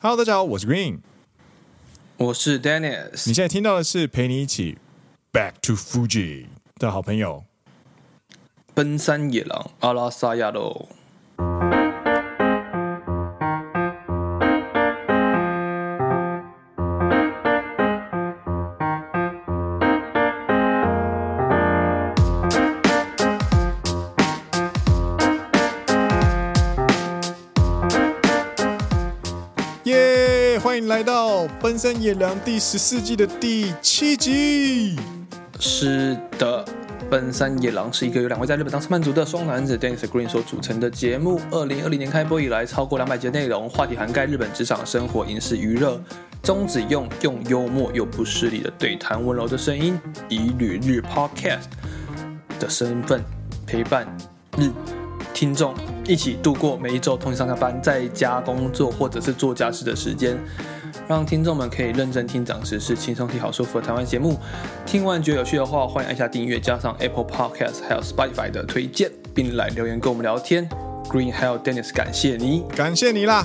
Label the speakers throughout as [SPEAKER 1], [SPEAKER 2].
[SPEAKER 1] Hello，大家好，我是 Green。
[SPEAKER 2] 我是
[SPEAKER 1] 你
[SPEAKER 2] Dennis，
[SPEAKER 1] 现在听到的是陪你一起 Back to Fuji 的好朋友。
[SPEAKER 2] 奔山野狼阿拉萨亚喽。
[SPEAKER 1] 耶欢迎来到《奔山野狼》第十四季的第七集。
[SPEAKER 2] 是的，奔山野狼是一个由两位在日本当上班族的双男子 Dennis Green 所组成的节目。二零二零年开播以来，超过两百集内容，话题涵盖日本职场、生活、影视、娱乐，宗旨用用幽默又不失礼的对谈、温柔的声音，以旅日 Podcast 的身份陪伴日听众一起度过每一周通勤上下班、在家工作或者是做家事的时间。让听众们可以认真听讲时事，轻松听好舒服的台湾节目。听完觉得有趣的话，欢迎按下订阅，加上 Apple Podcast 还有 Spotify 的推荐，并来留言跟我们聊天。Green 还有 Dennis，感谢你。
[SPEAKER 1] 感谢你啦！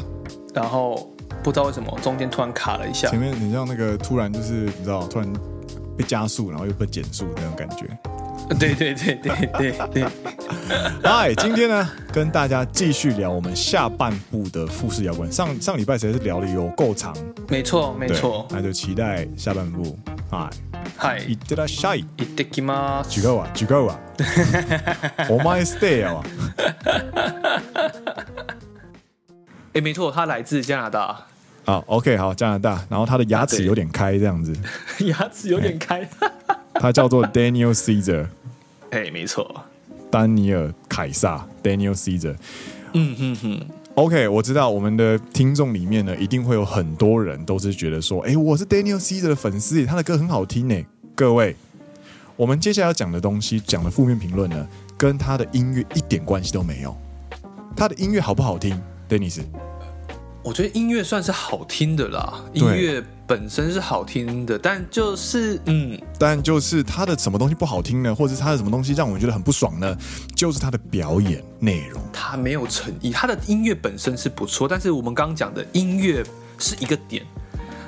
[SPEAKER 2] 然后不知道为什么中间突然卡了一下
[SPEAKER 1] 前，面你像那个突然就是你知道，突然被加速，然后又被减速那种感觉。
[SPEAKER 2] 对对对对对对，
[SPEAKER 1] 嗨， 今天呢，跟大家继续聊我们下半部的富士摇滚。上上礼拜实在是聊的有够长，
[SPEAKER 2] 没错没
[SPEAKER 1] 对
[SPEAKER 2] 错。
[SPEAKER 1] 那就期待下半部。嗨，
[SPEAKER 2] 嗨，
[SPEAKER 1] いってらっしゃい。
[SPEAKER 2] いってきま
[SPEAKER 1] 举
[SPEAKER 2] す。
[SPEAKER 1] 个啊，举个 啊，我妈 stay 啊，
[SPEAKER 2] 哎，没错，他来自加拿大，
[SPEAKER 1] 好，OK，好，加拿大，然后他的牙齿有点开这样子，
[SPEAKER 2] 牙齿有点开。
[SPEAKER 1] 他叫做 Daniel Caesar，
[SPEAKER 2] 哎，没错，
[SPEAKER 1] 丹尼尔凯撒，Daniel Caesar。
[SPEAKER 2] 嗯哼哼，
[SPEAKER 1] OK，我知道我们的听众里面呢，一定会有很多人都是觉得说，哎，我是 Daniel Caesar 的粉丝耶，他的歌很好听呢。各位，我们接下来要讲的东西，讲的负面评论呢，跟他的音乐一点关系都没有。他的音乐好不好听，Dennis？
[SPEAKER 2] 我觉得音乐算是好听的啦，音
[SPEAKER 1] 对
[SPEAKER 2] 乐本身是好听的，但就是嗯，
[SPEAKER 1] 但就是他的什么东西不好听呢，或者是他的什么东西让我们觉得很不爽呢？就是他的表演内容。
[SPEAKER 2] 他没有诚意，他的音乐本身是不错，但是我们刚刚讲的音乐是一个点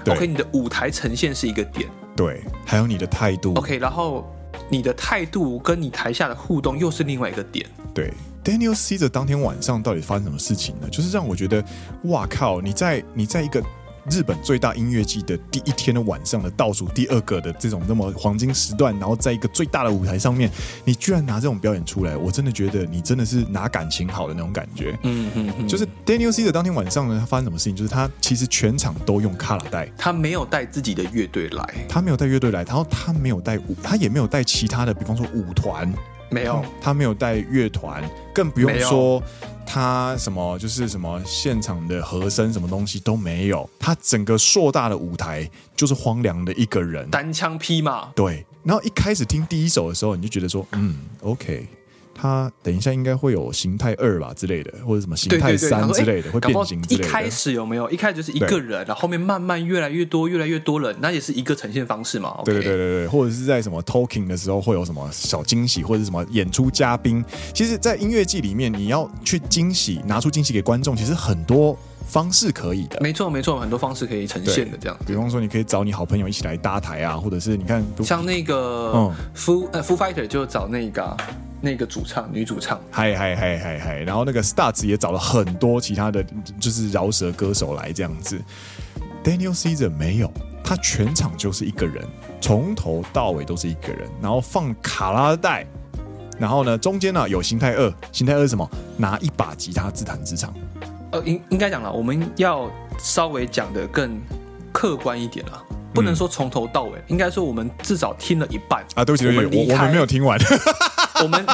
[SPEAKER 1] 对嗯
[SPEAKER 2] ，OK，你的舞台呈现是一个点
[SPEAKER 1] 对，还有你的态度。
[SPEAKER 2] ，OK，然后你的态度跟你台下的互动又是另外一个点，
[SPEAKER 1] 对，Daniel Caesar 当天晚上到底发生什么事情呢？就是让我觉得，哇靠！你在你在一个日本最大音乐季的第一天的晚上的倒数第二个的这种那么黄金时段，然后在一个最大的舞台上面，你居然拿这种表演出来，我真的觉得你真的是拿感情好的那种感觉。
[SPEAKER 2] 嗯嗯嗯，
[SPEAKER 1] 就是 Daniel Caesar 当天晚上呢，他发生什么事情？就是他其实全场都用卡拉带。
[SPEAKER 2] 他没有带自己的乐队来，
[SPEAKER 1] 他没有带乐队来，然后他没有带舞，他也没有带其他的，比方说舞团，
[SPEAKER 2] 没有，
[SPEAKER 1] 他没有带乐团，更不用说他什么就是什么现场的和声什么东西都没有，他整个硕大的舞台就是荒凉的一个人。
[SPEAKER 2] 单枪匹马，
[SPEAKER 1] 对，然后一开始听第一首的时候，你就觉得说，嗯，OK。他等一下应该会有形态二吧之类的，或者什么形
[SPEAKER 2] 对
[SPEAKER 1] 态
[SPEAKER 2] 对对，然
[SPEAKER 1] 三
[SPEAKER 2] 后
[SPEAKER 1] 之
[SPEAKER 2] 哎
[SPEAKER 1] 类的，会
[SPEAKER 2] 搞不好
[SPEAKER 1] 变形之
[SPEAKER 2] 一
[SPEAKER 1] 类的。
[SPEAKER 2] 开始有没有？一开始就是一
[SPEAKER 1] 对
[SPEAKER 2] 个人，然后后面慢慢越来越多，越来越多人，那也是一个呈现方式嘛。
[SPEAKER 1] 对
[SPEAKER 2] OK
[SPEAKER 1] 对对对对，或者是在什么 talking 的时候会有什么小惊喜，或者是什么演出嘉宾。其实，在音乐季里面，你要去惊喜，拿出惊喜给观众，其实很多方式可以的。
[SPEAKER 2] 没错没错，很多方式可以呈
[SPEAKER 1] 对
[SPEAKER 2] 现的这样子。
[SPEAKER 1] 比方说，你可以找你好朋友一起来搭台啊，或者是你看，
[SPEAKER 2] 像那个
[SPEAKER 1] 嗯
[SPEAKER 2] Foo、呃 Foo Fighter 就找那个啊、那个主唱女主唱，
[SPEAKER 1] 嗨嗨嗨嗨嗨，然后那个 Stars 也找了很多其他的就是饶舌歌手来这样子。Daniel Caesar 没有，他全场就是一个人，从头到尾都是一个人，然后放卡拉带，然后呢中间呢、有形态二，形态二是什么？拿一把吉他自弹自唱。
[SPEAKER 2] 呃，应应该讲了，我们要稍微讲的更客观一点了。不能说从头到尾，应该说我们至少听了一半
[SPEAKER 1] 嗯啊，对不起，对
[SPEAKER 2] 我
[SPEAKER 1] 不
[SPEAKER 2] 们
[SPEAKER 1] 起，我
[SPEAKER 2] 离
[SPEAKER 1] 我们
[SPEAKER 2] 开
[SPEAKER 1] 没有，听完。
[SPEAKER 2] 我们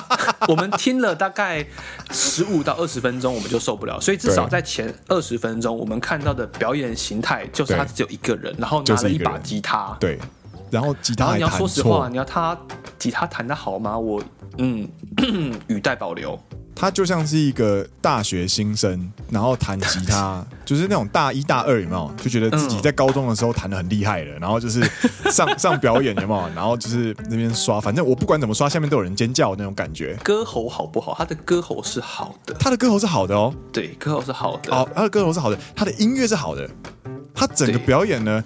[SPEAKER 2] 我们听了大概十五到二十分钟，我们就受不了。所以至少
[SPEAKER 1] 对
[SPEAKER 2] 在前二十分钟，我们看到的表演形态就是他
[SPEAKER 1] 对
[SPEAKER 2] 只有一个人，然后
[SPEAKER 1] 就
[SPEAKER 2] 拿
[SPEAKER 1] 是
[SPEAKER 2] 了
[SPEAKER 1] 一
[SPEAKER 2] 一
[SPEAKER 1] 个
[SPEAKER 2] 把
[SPEAKER 1] 人
[SPEAKER 2] 吉他，
[SPEAKER 1] 对，然后吉
[SPEAKER 2] 然
[SPEAKER 1] 他
[SPEAKER 2] 后
[SPEAKER 1] 还
[SPEAKER 2] 啊你要
[SPEAKER 1] 弹
[SPEAKER 2] 说实话，
[SPEAKER 1] 错，
[SPEAKER 2] 你要他吉他弹的好吗？我嗯， 语带保留。
[SPEAKER 1] 他就像是一个大学新生，然后弹吉他，就是那种大一大二有没有？就觉得自己在高中的时候弹的很厉害了，然后就是上上表演有没有？然后就是那边刷，反正我不管怎么刷，下面都有人尖叫那种感觉。
[SPEAKER 2] 歌喉好不好？他的歌喉是好的，
[SPEAKER 1] 他的歌喉是好的哦，
[SPEAKER 2] 对，歌喉是好的。
[SPEAKER 1] 哦，他的歌喉是好的，他的音乐是好的，他整个
[SPEAKER 2] 对
[SPEAKER 1] 表演呢，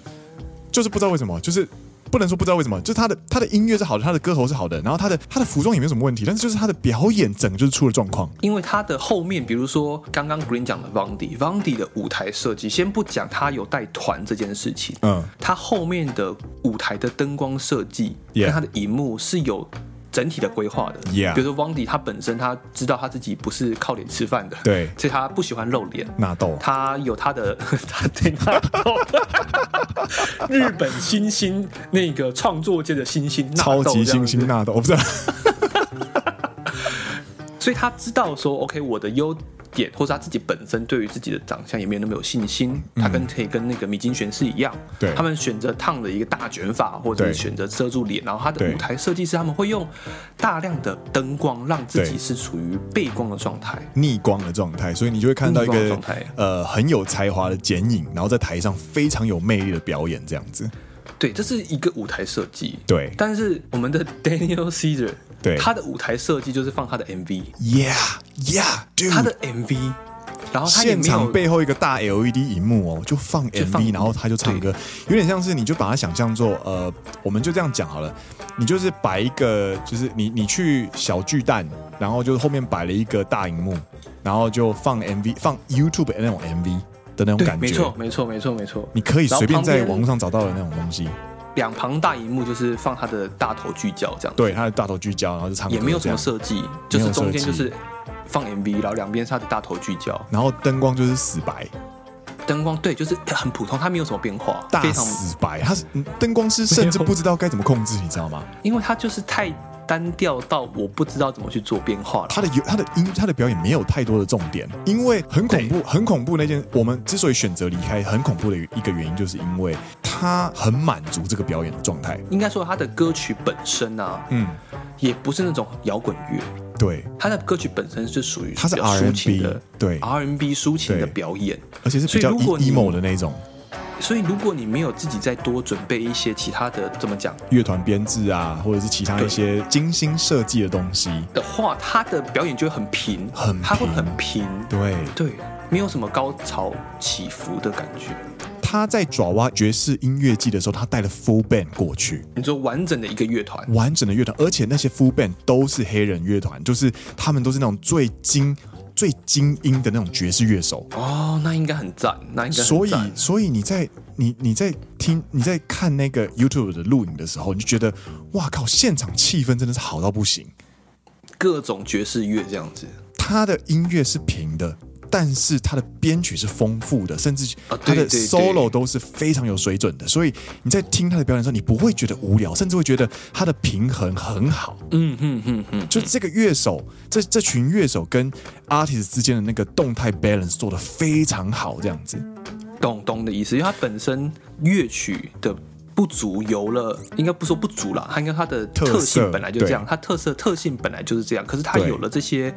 [SPEAKER 1] 就是不知道为什么，就是不能说不知道为什么，就是他的他的音乐是好的，他的歌喉是好的，然后他的他的服装也没有什么问题，但是就是他的表演整个就是出了状况。
[SPEAKER 2] 因为它的后面，比如说刚刚 Green 讲的 Vandy，Vandy 的舞台设计，先不讲他有带团这件事情，
[SPEAKER 1] 嗯，
[SPEAKER 2] 它后面的舞台的灯光设计
[SPEAKER 1] Yeah
[SPEAKER 2] 跟它的荧幕是有整体的规划的。
[SPEAKER 1] Yeah
[SPEAKER 2] 比如说汪迪他本身他知道他自己不是靠脸吃饭的，
[SPEAKER 1] 对
[SPEAKER 2] 所以他不喜欢露脸。
[SPEAKER 1] 纳豆，
[SPEAKER 2] 他有他的， 他对他有日本新兴那个创作界的新兴纳
[SPEAKER 1] 超
[SPEAKER 2] 豆
[SPEAKER 1] 级
[SPEAKER 2] 这样
[SPEAKER 1] 星
[SPEAKER 2] 子
[SPEAKER 1] 星纳豆，我不知道。
[SPEAKER 2] 所以他知道说，OK，我的优点，或者他自己本身对于自己的长相也没有那么有信心，他跟可以跟那个米津玄师一样，
[SPEAKER 1] 嗯对
[SPEAKER 2] 他们选择烫的一个大卷发，或者
[SPEAKER 1] 对
[SPEAKER 2] 是选择遮住脸，然后他的
[SPEAKER 1] 对
[SPEAKER 2] 舞台设计师他们会用大量的灯光让自己
[SPEAKER 1] 对
[SPEAKER 2] 是处于背光的状态。
[SPEAKER 1] 逆光的状态，所以你就会看到一
[SPEAKER 2] 逆
[SPEAKER 1] 个
[SPEAKER 2] 光的状态
[SPEAKER 1] 呃很有才华的剪影，然后在台上非常有魅力的表演这样子。
[SPEAKER 2] 对，这是一个舞台设计。
[SPEAKER 1] 对
[SPEAKER 2] 但是我们的 Daniel Caesar，
[SPEAKER 1] 对
[SPEAKER 2] 他的舞台设计就是放他的 MV，
[SPEAKER 1] ，Yeah Yeah，
[SPEAKER 2] 他
[SPEAKER 1] dude，
[SPEAKER 2] 的 MV，然后他也
[SPEAKER 1] 现
[SPEAKER 2] 没有
[SPEAKER 1] 场背后一个大 LED 荧幕哦，就放
[SPEAKER 2] 就放
[SPEAKER 1] MV，然后他就唱歌，有点像是你就把它想象做呃，我们就这样讲好了，你就是摆一个就是你你去小巨蛋，然后就后面摆了一个大荧幕，然后就放 MV 放 YouTube 的那种 MV 的那种
[SPEAKER 2] 对，
[SPEAKER 1] 感觉，
[SPEAKER 2] 没错，没错，没错，没错。
[SPEAKER 1] 你可以随便在
[SPEAKER 2] 然后旁边
[SPEAKER 1] 网络上找到的那种东西。
[SPEAKER 2] 两旁大荧幕就是放他的大头聚焦这样子，
[SPEAKER 1] 对，他的大头聚焦，然后就唱歌，
[SPEAKER 2] 也没有什么
[SPEAKER 1] 这样
[SPEAKER 2] 设计，就是中间
[SPEAKER 1] 没有设
[SPEAKER 2] 就
[SPEAKER 1] 计
[SPEAKER 2] 是放 MV，然后两边是他的大头聚焦，
[SPEAKER 1] 然后灯光就是死白，
[SPEAKER 2] 灯光对，就是很普通，它没有什么变化，
[SPEAKER 1] 大
[SPEAKER 2] 非常，
[SPEAKER 1] 死白。他是嗯灯光师甚至
[SPEAKER 2] 没有
[SPEAKER 1] 不知道该怎么控制，你知道吗？
[SPEAKER 2] 因为它就是太单调到我不知道怎么去做变化了。
[SPEAKER 1] 他的有他的音他的表演没有太多的重点，因为很恐怖很恐怖那件，我们之所以选择离开，很恐怖的一个原因，就是因为他很满足这个表演的状态。
[SPEAKER 2] 应该说，他的歌曲本身啊，
[SPEAKER 1] 嗯，
[SPEAKER 2] 也不是那种摇滚乐，
[SPEAKER 1] 对，
[SPEAKER 2] 他的歌曲本身是属于
[SPEAKER 1] 他是
[SPEAKER 2] 比较抒情
[SPEAKER 1] R&B，
[SPEAKER 2] 的，
[SPEAKER 1] 对
[SPEAKER 2] R&B 抒情的
[SPEAKER 1] 对
[SPEAKER 2] 表演。
[SPEAKER 1] 而且是比较
[SPEAKER 2] 所以如果你
[SPEAKER 1] emo 的那种
[SPEAKER 2] 所以，如果你没有自己再多准备一些其他的，怎么讲？
[SPEAKER 1] 乐团编制啊，或者是其他一些精心设计的东西。
[SPEAKER 2] 的话，他的表演就会很平，
[SPEAKER 1] 很
[SPEAKER 2] 他会
[SPEAKER 1] 平
[SPEAKER 2] 很平，
[SPEAKER 1] 对，
[SPEAKER 2] 对，没有什么高潮起伏的感觉。
[SPEAKER 1] 他在爪哇爵士音乐季的时候，他带了 full band 过去，
[SPEAKER 2] 你说完整的一个乐团，
[SPEAKER 1] 完整的乐团，而且那些 full band 都是黑人乐团，就是他们都是那种最精、最精英的那种爵士乐手。
[SPEAKER 2] 哦，那应该很赞，那应该
[SPEAKER 1] 所
[SPEAKER 2] 很
[SPEAKER 1] 以
[SPEAKER 2] 赞，。
[SPEAKER 1] 所以你在你你在听你在看那个 YouTube 的录影的时候，你就觉得哇靠，现场气氛真的是好到不行。
[SPEAKER 2] 各种爵士乐这样子，
[SPEAKER 1] 他的音乐是平的，但是他的编曲是丰富的，甚至
[SPEAKER 2] 啊对
[SPEAKER 1] 他的
[SPEAKER 2] 对对
[SPEAKER 1] solo 都是非常有水准的。所以你在听他的表演的时候，你不会觉得无聊，甚至会觉得他的平衡很好。
[SPEAKER 2] 嗯哼哼哼，
[SPEAKER 1] 就这个乐手，这这群乐手跟 artist 之间的那个动态 balance 做得非常好，这样子。
[SPEAKER 2] 懂懂的意思，因为它本身乐曲的。不足由了，应该不说不足啦，它应该它的
[SPEAKER 1] 特色
[SPEAKER 2] 特性本来就这样
[SPEAKER 1] 对，
[SPEAKER 2] 它特色特性本来就是这样。可是它
[SPEAKER 1] 对
[SPEAKER 2] 有了这些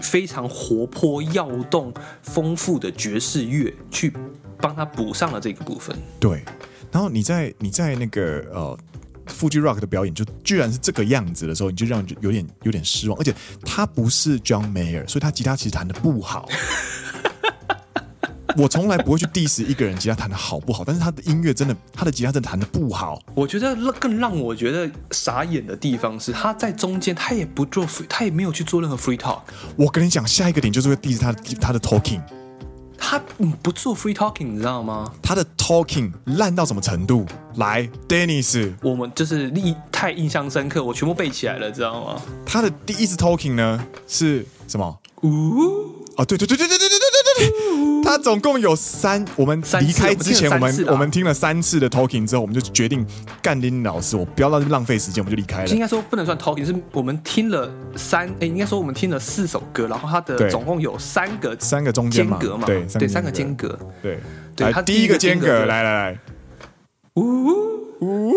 [SPEAKER 2] 非常活泼、跃动、丰富的爵士乐，去帮它补上了这个部分。
[SPEAKER 1] 对，然后你在你在那个呃。Fuji Rock 的表演就居然是这个样子的时候，你就让人有点有点失望，而且他不是 John Mayer，所以他吉他其实弹的不好。 我从来不会去 diss 一个人吉他弹的好不好，但是他的音乐真的，他的吉他真的弹的不好。
[SPEAKER 2] 我觉得让更让我觉得傻眼的地方是，他在中间他也不做 free，他也没有去做任何 free talk，
[SPEAKER 1] 我跟你讲，下一个点就是会 diss 他的他的 talking，
[SPEAKER 2] 他嗯不做 free talking，你知道吗？
[SPEAKER 1] 他的 talking 烂到什么程度？来，Dennis，
[SPEAKER 2] 我们就是印太印象深刻，我全部背起来了，知道吗？
[SPEAKER 1] 他的第一次 talking 呢是什么？
[SPEAKER 2] 呜，
[SPEAKER 1] 哦，对对对对对对对对对 对，他总共有三，我们
[SPEAKER 2] 三次
[SPEAKER 1] 离开之前，我
[SPEAKER 2] 我们听了三次
[SPEAKER 1] 们我们听了三次
[SPEAKER 2] 啦
[SPEAKER 1] 的 talking 之后，我们就决定干林老师，我不要让浪费时间，我们就离开
[SPEAKER 2] 应
[SPEAKER 1] 了。
[SPEAKER 2] 该说不能算 talking，是我们听了三，哎、应该说我们听了四首歌，然后他
[SPEAKER 1] 对
[SPEAKER 2] 的总共有三个
[SPEAKER 1] 三个中间
[SPEAKER 2] 间
[SPEAKER 1] 嘛
[SPEAKER 2] 隔嘛，
[SPEAKER 1] 对
[SPEAKER 2] 对，
[SPEAKER 1] 三
[SPEAKER 2] 三
[SPEAKER 1] 个
[SPEAKER 2] 个
[SPEAKER 1] 间
[SPEAKER 2] 间隔，
[SPEAKER 1] 对，
[SPEAKER 2] 对
[SPEAKER 1] 来
[SPEAKER 2] 他
[SPEAKER 1] 第一个间
[SPEAKER 2] 第一个间
[SPEAKER 1] 隔，
[SPEAKER 2] 隔
[SPEAKER 1] 来来来，
[SPEAKER 2] 呜，
[SPEAKER 1] 呜，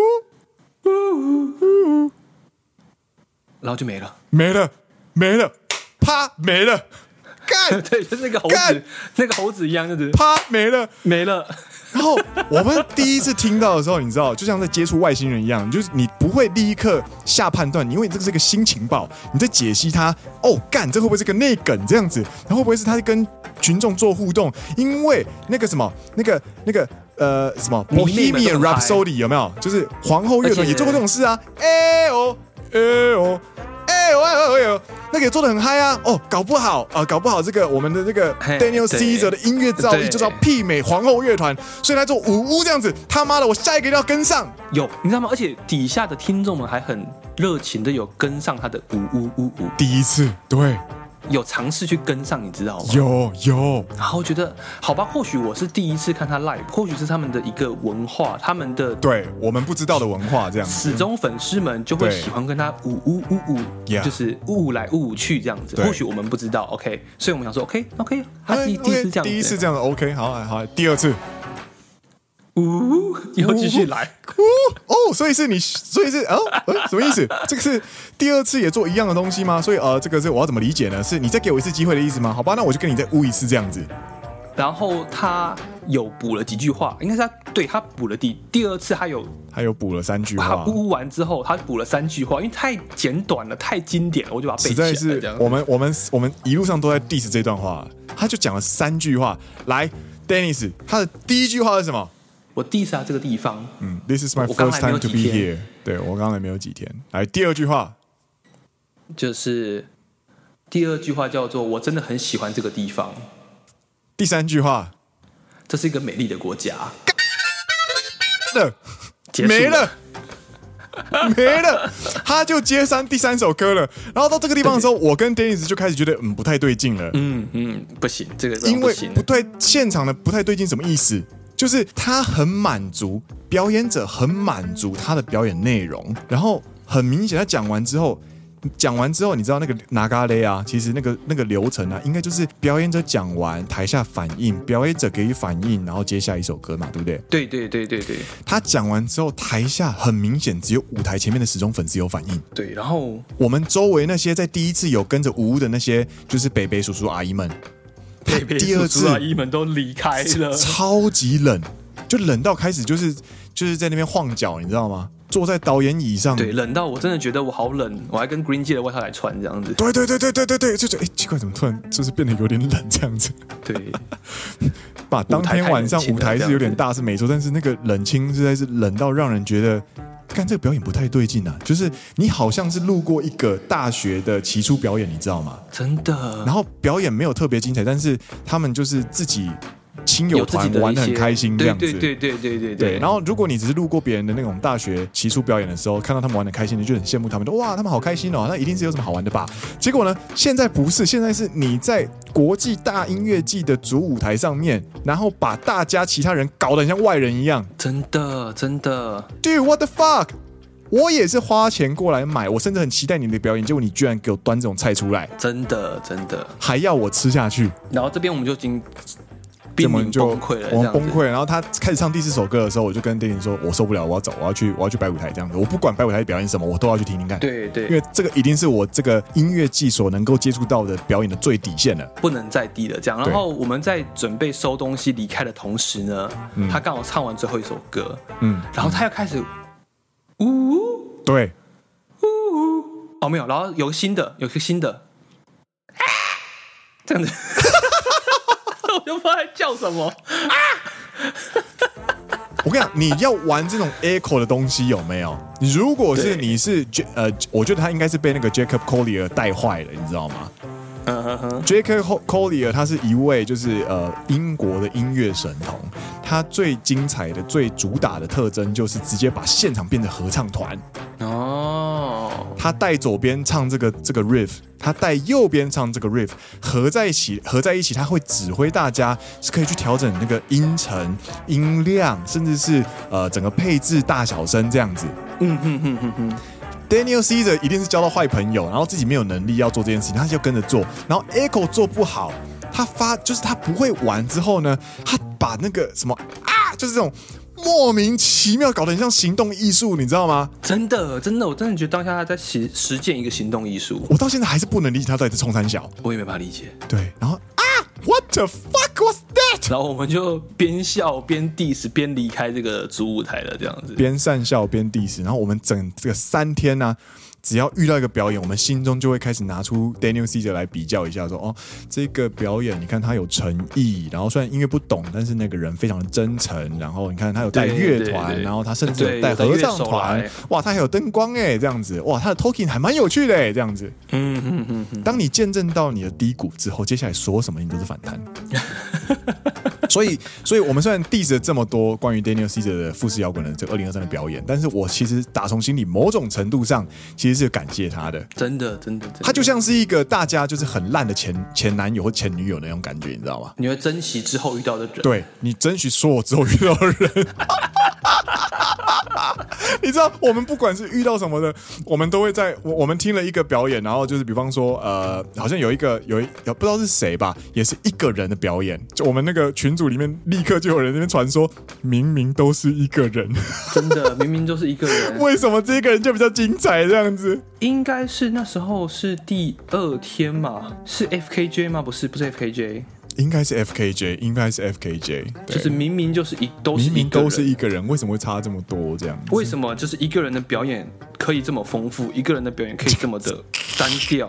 [SPEAKER 2] 然后就没了。
[SPEAKER 1] 没了没了，啪没了，干
[SPEAKER 2] 对，就是那个猴
[SPEAKER 1] 干
[SPEAKER 2] 子，那个猴子一样，就是
[SPEAKER 1] 啪没了。
[SPEAKER 2] 没了。
[SPEAKER 1] 然后我们第一次听到的时候，你知道，就像在接触外星人一样，就是你不会立刻下判断，因为这个是个新情报，你在解析它。哦，干，这会不会是个内梗这样子？然后会不会是他跟群众做互动？因为那个什么，那个那个呃什么
[SPEAKER 2] 迷妹们
[SPEAKER 1] Bohemian
[SPEAKER 2] 都很嗨
[SPEAKER 1] Rhapsody 有没有？就是皇后乐
[SPEAKER 2] 而
[SPEAKER 1] 团
[SPEAKER 2] 且
[SPEAKER 1] 也做过这种事啊，哎哦哎哦哎哦哎哦哎哦，那个也做的很嗨啊！哦，搞不好啊、搞不好这个我们的这个
[SPEAKER 2] 嘿
[SPEAKER 1] Daniel
[SPEAKER 2] 对
[SPEAKER 1] Caesar 的音乐造诣
[SPEAKER 2] 对
[SPEAKER 1] 就是要媲美皇后乐团，所以他做五屋这样子，他妈的，我下一个一定要跟上。
[SPEAKER 2] 有，你知道吗？而且底下的听众们还很热情的有跟上他的呜呜呜呜，
[SPEAKER 1] 第一次，对，
[SPEAKER 2] 有尝试去跟上，你知道吗？
[SPEAKER 1] 有有，
[SPEAKER 2] 然后觉得好吧，或许我是第一次看他 live，或许是他们的一个文化，他们的
[SPEAKER 1] 对我们不知道的文化这样子，
[SPEAKER 2] 死忠粉丝们就会
[SPEAKER 1] 对
[SPEAKER 2] 喜欢跟他呜呜呜呜
[SPEAKER 1] Yeah
[SPEAKER 2] 就是呜呜来呜呜去这样子。
[SPEAKER 1] 对
[SPEAKER 2] 或许我们不知道，OK，所以我们想说，OK OK，他第
[SPEAKER 1] OK，
[SPEAKER 2] 第一次
[SPEAKER 1] OK，
[SPEAKER 2] 这样子，
[SPEAKER 1] 哎第一次这样子，OK，好，好好，第二次，
[SPEAKER 2] 呜，以后继续来。
[SPEAKER 1] 哦，所以是你，所以是哦、呃，什么意思？这个是第二次也做一样的东西吗？所以呃，这个是我要怎么理解呢？是你再给我一次机会的意思吗？好吧，那我就跟你再污一次这样子。
[SPEAKER 2] 然后他有补了几句话，应该是他对他补了第第二次，他有
[SPEAKER 1] 他又补了三句
[SPEAKER 2] 他
[SPEAKER 1] 话，
[SPEAKER 2] 呜呜完之后，他补了三句话，因为太简短了，太经典了，我就把它背
[SPEAKER 1] 实
[SPEAKER 2] 起来
[SPEAKER 1] 在
[SPEAKER 2] 了。
[SPEAKER 1] 是
[SPEAKER 2] 这样
[SPEAKER 1] 我们我们我们一路上都在 diss 这段话，他就讲了三句话。来，Dennis，他的第一句话是什么？
[SPEAKER 2] 我 diss 他这个地方，
[SPEAKER 1] 嗯，This is my
[SPEAKER 2] 我刚
[SPEAKER 1] first
[SPEAKER 2] 来
[SPEAKER 1] time
[SPEAKER 2] 没有
[SPEAKER 1] to
[SPEAKER 2] 几
[SPEAKER 1] be
[SPEAKER 2] 天
[SPEAKER 1] here 对。我刚来没有几天。来，第二句话，
[SPEAKER 2] 就是第二句话叫做“我真的很喜欢这个地方，
[SPEAKER 1] 第三句话，
[SPEAKER 2] 这是一个美丽的国家
[SPEAKER 1] 的”，
[SPEAKER 2] 结束
[SPEAKER 1] 没了，没了，他就接三第三首歌了。然后到这个地方的时候，我跟 Dennis 就开始觉得嗯不太对劲了，
[SPEAKER 2] 嗯嗯，不行，这个地方
[SPEAKER 1] 因为
[SPEAKER 2] 不行
[SPEAKER 1] 不对现场的不太对劲什么意思？就是他很满足，表演者很满足他的表演内容，然后很明显他讲完之后。讲完之后，你知道那个拿嘎勒啊，其实那个那个流程啊，应该就是表演者讲完，台下反应，表演者给予反应，然后接下一首歌嘛，对不对？
[SPEAKER 2] 对对对对对
[SPEAKER 1] 他讲完之后，台下很明显只有舞台前面的时钟粉丝有反应。
[SPEAKER 2] 对，然后
[SPEAKER 1] 我们周围那些在第一次有跟着舞的那些，就是北北叔叔阿姨们，
[SPEAKER 2] 佩佩
[SPEAKER 1] 第二次
[SPEAKER 2] 叔叔阿姨们都离开了，
[SPEAKER 1] 超级冷，就冷到开始就是就是在那边晃脚，你知道吗？坐在导演椅上，
[SPEAKER 2] 对，冷到我真的觉得我好冷，我还跟 Green 借了外套来穿这样子，
[SPEAKER 1] 对对对对对对对，就觉得哎、奇怪，怎么突然就是变得有点冷这样子？
[SPEAKER 2] 对，
[SPEAKER 1] 把当天晚上舞台
[SPEAKER 2] 太冷清了
[SPEAKER 1] 是有点大是没错，但是那个冷清实在是冷到让人觉得，看这个表演不太对劲啊！就是你好像是路过一个大学的奇出表演，你知道吗？
[SPEAKER 2] 真的
[SPEAKER 1] 然后表演没有特别精彩，但是他们就是自己亲友
[SPEAKER 2] 有自己
[SPEAKER 1] 团
[SPEAKER 2] 的
[SPEAKER 1] 玩
[SPEAKER 2] 一
[SPEAKER 1] 的
[SPEAKER 2] 些
[SPEAKER 1] 很开心这
[SPEAKER 2] 对
[SPEAKER 1] 样子。
[SPEAKER 2] 对对对对对
[SPEAKER 1] 对然后如果你只是路过别人的那种大学奇出表演的时候，看到他们玩的开心，你就很羡慕他们，哇，他们好开心哦，那一定是有什么好玩的吧？结果呢，现在不是，现在是你在国际大音乐季的主舞台上面，然后把大家其他人搞得很像外人一样。
[SPEAKER 2] 真的真的，
[SPEAKER 1] Dude, what the fuck？我也是花钱过来买，我甚至很期待你的表演，结果你居然给我端这种菜出来，
[SPEAKER 2] 真的真的。
[SPEAKER 1] 还要我吃下去。
[SPEAKER 2] 然后这边我们就已经
[SPEAKER 1] 我
[SPEAKER 2] 濒
[SPEAKER 1] 们
[SPEAKER 2] 临
[SPEAKER 1] 就
[SPEAKER 2] 崩溃了，
[SPEAKER 1] 我
[SPEAKER 2] 这
[SPEAKER 1] 们
[SPEAKER 2] 样子
[SPEAKER 1] 崩。溃。然后他开始唱第四首歌的时候，我就跟电影说：“我受不了，我要走，我要去，我要去摆舞台这样子。我不管摆舞台表演什么，我都要去听听看。”，
[SPEAKER 2] 对
[SPEAKER 1] 因
[SPEAKER 2] 对，
[SPEAKER 1] 为这个一定是我这个音乐季所能够接触到的表演的最底线了。
[SPEAKER 2] 不能再低了，这样。
[SPEAKER 1] 对
[SPEAKER 2] 然后我们在准备收东西离开的同时呢，他刚好唱完最后一首歌，
[SPEAKER 1] 嗯，
[SPEAKER 2] 然后他又开始，呜
[SPEAKER 1] 对，
[SPEAKER 2] 哦没有，然后有个新的，有个新的， 啊这样子， 我就不知道他叫什么。
[SPEAKER 1] 我跟你讲，你要玩这种 echo 的东西有没有？如果是
[SPEAKER 2] 对
[SPEAKER 1] 你是 J- 呃，我觉得他应该是被那个 Jacob Collier 带坏了，你知道吗？
[SPEAKER 2] 嗯哼哼，
[SPEAKER 1] J.K. Collier 他是一位就是呃英国的音乐神童，他最精彩的、最主打的特征就是直接把现场变成合唱团。
[SPEAKER 2] 哦，
[SPEAKER 1] 他带左边唱这个这个 riff，他带右边唱这个 riff，合在一起合在一起，他会指挥大家是可以去调整那个音程、音量，甚至是呃整个配置、大小声这样子。
[SPEAKER 2] 嗯哼哼哼哼，
[SPEAKER 1] Daniel Caesar 一定是交到坏朋友，然后自己没有能力要做这件事情，他就跟着做。然后 Echo 做不好，他发就是他不会玩之后呢，他把那个什么啊，就是这种莫名其妙搞得很像行动艺术，你知道吗？
[SPEAKER 2] 真的真的，我真的觉得当下他在实实践一个行动艺术，
[SPEAKER 1] 我到现在还是不能理解他到底在冲三小。
[SPEAKER 2] 我也没办法理解。
[SPEAKER 1] 对，然后啊，What the fuck was that？
[SPEAKER 2] 然后我们就边笑边 diss 边离开这个主舞台了，这样子。
[SPEAKER 1] 边善笑边 diss，然后我们整这个三天呢、只要遇到一个表演，我们心中就会开始拿出 Daniel Caesar 来比较一下说哦，这个表演你看他有诚意，然后虽然音乐不懂，但是那个人非常的真诚，然后你看他有带
[SPEAKER 2] 对
[SPEAKER 1] 乐
[SPEAKER 2] 对
[SPEAKER 1] 团，
[SPEAKER 2] 对
[SPEAKER 1] 然后他甚至有
[SPEAKER 2] 对
[SPEAKER 1] 带
[SPEAKER 2] 有带
[SPEAKER 1] 合
[SPEAKER 2] 乐
[SPEAKER 1] 唱
[SPEAKER 2] 手
[SPEAKER 1] 团
[SPEAKER 2] 来，
[SPEAKER 1] 哇，他还有灯光哎，这样子，哇，他的 talking 还蛮有趣的哎，这样子。
[SPEAKER 2] 嗯嗯嗯嗯，
[SPEAKER 1] 当你见证到你的低谷之后，接下来所有什么你都是反弹。 所以，所以我们虽然 diss 了这么多关于 Daniel Caesar 的富士摇滚的这二零二三的表演，但是我其实打从心里某种程度上其实是感谢他的。
[SPEAKER 2] 真的真的真的，
[SPEAKER 1] 他就像是一个大家就是很烂的前前男友或前女友那种感觉，你知道吗？
[SPEAKER 2] 你会珍惜之后遇到的人，
[SPEAKER 1] 对你争取所有之后遇到的人， 你知道我们不管是遇到什么的，我们都会在我我们听了一个表演，然后就是比方说呃，好像有一个有一不知道是谁吧，也是一个人的表演，就我们那个群组里面立刻就有人在那边传说，明明都是一个人，
[SPEAKER 2] 真的明明就是一个人，
[SPEAKER 1] 为什么这个人就比较精彩这样子？
[SPEAKER 2] 应该是那时候是第二天嘛，是 F K J 吗？不是，不是 F K J，
[SPEAKER 1] 应该是 F K J，应该是 F K J，
[SPEAKER 2] 就是明明就是一都是
[SPEAKER 1] 明明
[SPEAKER 2] 个
[SPEAKER 1] 都是
[SPEAKER 2] 人
[SPEAKER 1] 一个人，为什么会差这么多这样子？
[SPEAKER 2] 为什么就是一个人的表演可以这么丰富，一个人的表演可以这么的单调？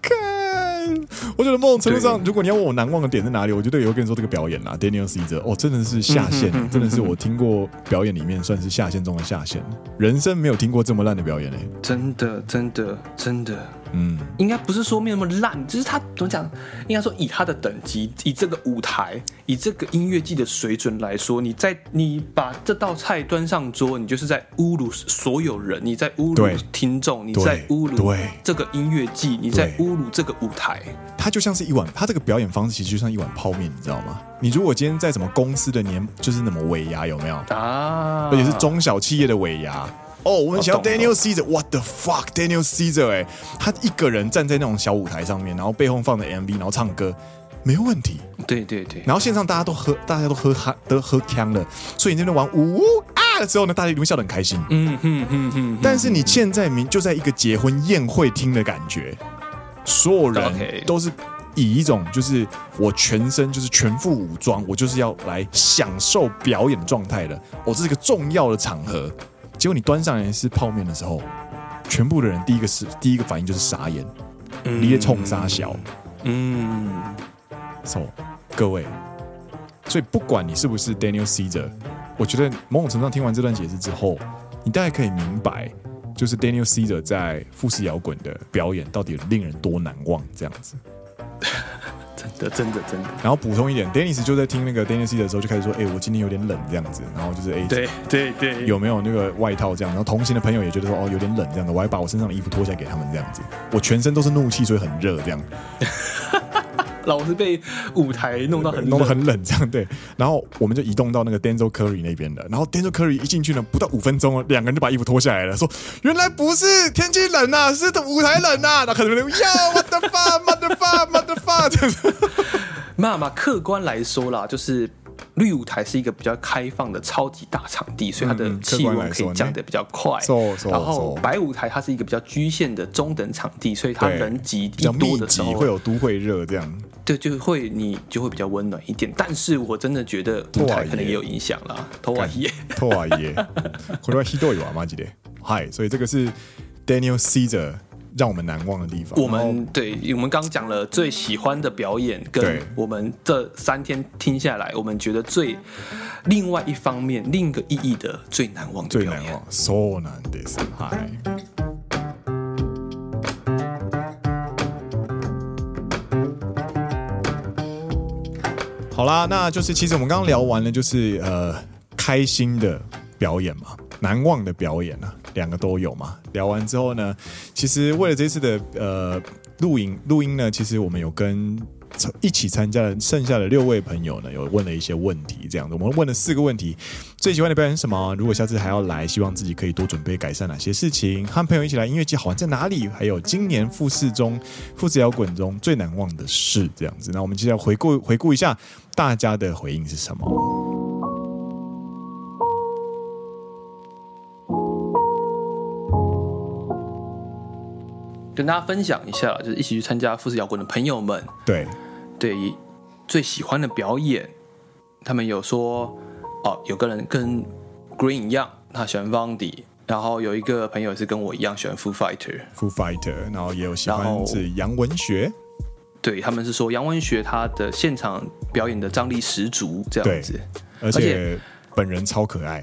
[SPEAKER 1] 看，我觉得某种程度上，如果你要问我难忘的点在哪里，我觉得也会跟你说这个表演啦，Daniel Caesar，哦，真的是下线，真的是我听过表演里面算是下线中的下线，人生没有听过这么烂的表演嘞、欸
[SPEAKER 2] 真的，真的，真的，
[SPEAKER 1] 嗯，
[SPEAKER 2] 应该不是说没有那么烂，只是他怎么讲？应该说以他的等级，以这个舞台，以这个音乐季的水准来说，你在你把这道菜端上桌，你就是在侮辱所有人，你在侮
[SPEAKER 1] 对
[SPEAKER 2] 辱听众，你
[SPEAKER 1] 对
[SPEAKER 2] 在侮辱
[SPEAKER 1] 对
[SPEAKER 2] 这个音乐季，你在
[SPEAKER 1] 对
[SPEAKER 2] 侮辱这个舞台。
[SPEAKER 1] 它就像是一碗，它这个表演方式其实就像一碗泡面，你知道吗？你如果今天在什么公司的年，就是那么尾牙有没有？
[SPEAKER 2] 啊，
[SPEAKER 1] 而且是中小企业的尾牙。哦，我们想要
[SPEAKER 2] 懂
[SPEAKER 1] Daniel Caesar，What the fuck，Daniel Caesar，哎、他一个人站在那种小舞台上面，然后背后放的 MV，然后唱歌，没有问题。
[SPEAKER 2] 对对对，
[SPEAKER 1] 然后线上大家都喝，大家都喝哈都喝呛了，所以你在那边玩呜啊的时候呢，大家一定会笑得很开心。
[SPEAKER 2] 嗯哼哼哼，
[SPEAKER 1] 但是你现在明就在一个结婚宴会厅的感觉，所有人
[SPEAKER 2] OK
[SPEAKER 1] 都是以一种就是我全身就是全副武装，我就是要来享受表演的状态的。我、哦、这是一个重要的场合，结果你端上来是泡面的时候，全部的人第一个是第一个反应就是傻眼，你也冲傻小。
[SPEAKER 2] 嗯，
[SPEAKER 1] So，各位，所以不管你是不是 Daniel Caesar，我觉得某种程度上听完这段解释之后，你大概可以明白，就是 Daniel Caesar 在富士摇滚的表演到底有令人多难忘这样子。
[SPEAKER 2] 真的真的真的，
[SPEAKER 1] 然后补充一点，Dennis 就在听那个 Daniel Caesar 的时候就开始说：“哎、我今天有点冷这样子。”然后就是哎。
[SPEAKER 2] 对对对，
[SPEAKER 1] 有没有那个外套这样？然后同行的朋友也觉得说哦有点冷这样的，我还把我身上的衣服脱下来给他们这样子，我全身都是怒气，所以很热这样。
[SPEAKER 2] 老是被舞台弄到很
[SPEAKER 1] 弄得
[SPEAKER 2] 冷
[SPEAKER 1] 很冷这样对。然后我们就移动到那个 Denzel Curry 那边的，然后 Denzel Curry 一进去呢，不到五分钟哦，两个人就把衣服脱下来了，说原来不是天气冷呐、是舞台冷呐、然后可能呀，我的发，我的发，我的发，这样子。
[SPEAKER 2] 那嘛，客观来说啦，就是绿舞台是一个比较开放的超级大场地，所以它的
[SPEAKER 1] 嗯客
[SPEAKER 2] 气
[SPEAKER 1] 观来
[SPEAKER 2] 温可
[SPEAKER 1] 说
[SPEAKER 2] 以降
[SPEAKER 1] 呢
[SPEAKER 2] 得比较快。
[SPEAKER 1] So, so,
[SPEAKER 2] 然后
[SPEAKER 1] so
[SPEAKER 2] 白舞台它是一个比较局限的中等场地，所以它
[SPEAKER 1] 对
[SPEAKER 2] 人挤
[SPEAKER 1] 比
[SPEAKER 2] 一
[SPEAKER 1] 较
[SPEAKER 2] 多
[SPEAKER 1] 密
[SPEAKER 2] 的
[SPEAKER 1] 集，
[SPEAKER 2] 时候，
[SPEAKER 1] 会有都会热这样。
[SPEAKER 2] 对，就会你就会比较温暖一点。但是我真的觉得舞台可能也有影响啦，头瓦耶。
[SPEAKER 1] とはいえ、これはひどいわマジで。嗨，所以这个是 Daniel Caesar 让我们难忘的地方。
[SPEAKER 2] 我
[SPEAKER 1] 然后
[SPEAKER 2] 们对，我们刚讲了最喜欢的表演，跟
[SPEAKER 1] 对
[SPEAKER 2] 我们这三天听下来，我们觉得最另外一方面、另一个意义的最难忘的
[SPEAKER 1] 最
[SPEAKER 2] 表
[SPEAKER 1] 难
[SPEAKER 2] 演。
[SPEAKER 1] 忘，そうなんです。嗨。好啦，那就是其实我们刚刚聊完了，就是呃开心的表演嘛，难忘的表演啊，两个都有嘛。聊完之后呢，其实为了这次的呃录影录音呢，其实我们有跟一起参加的剩下的六位朋友呢，有问了一些问题，这样子，我们问了四个问题，最喜欢的表演是什么？如果下次还要来，希望自己可以多准备改善哪些事情？和朋友一起来音乐季好玩在哪里？还有今年复试中复试摇滚中最难忘的事，这样子。那我们接下来回顾回顾一下大家的回应是什么？
[SPEAKER 2] 跟大家分享一下，就是一起去参加富士摇滚的朋友们，
[SPEAKER 1] 对，
[SPEAKER 2] 对于最喜欢的表演，他们有说，哦，有个人跟 Green 一样，他喜欢 Vandy，然后有一个朋友是跟我一样喜欢 Foo Fighter，
[SPEAKER 1] Foo Fighter，然后也有喜
[SPEAKER 2] 然后
[SPEAKER 1] 欢是洋文学，
[SPEAKER 2] 对他们是说杨文学他的现场表演的张力十足这
[SPEAKER 1] 对
[SPEAKER 2] 样子，
[SPEAKER 1] 而
[SPEAKER 2] 且
[SPEAKER 1] 且本人超可爱，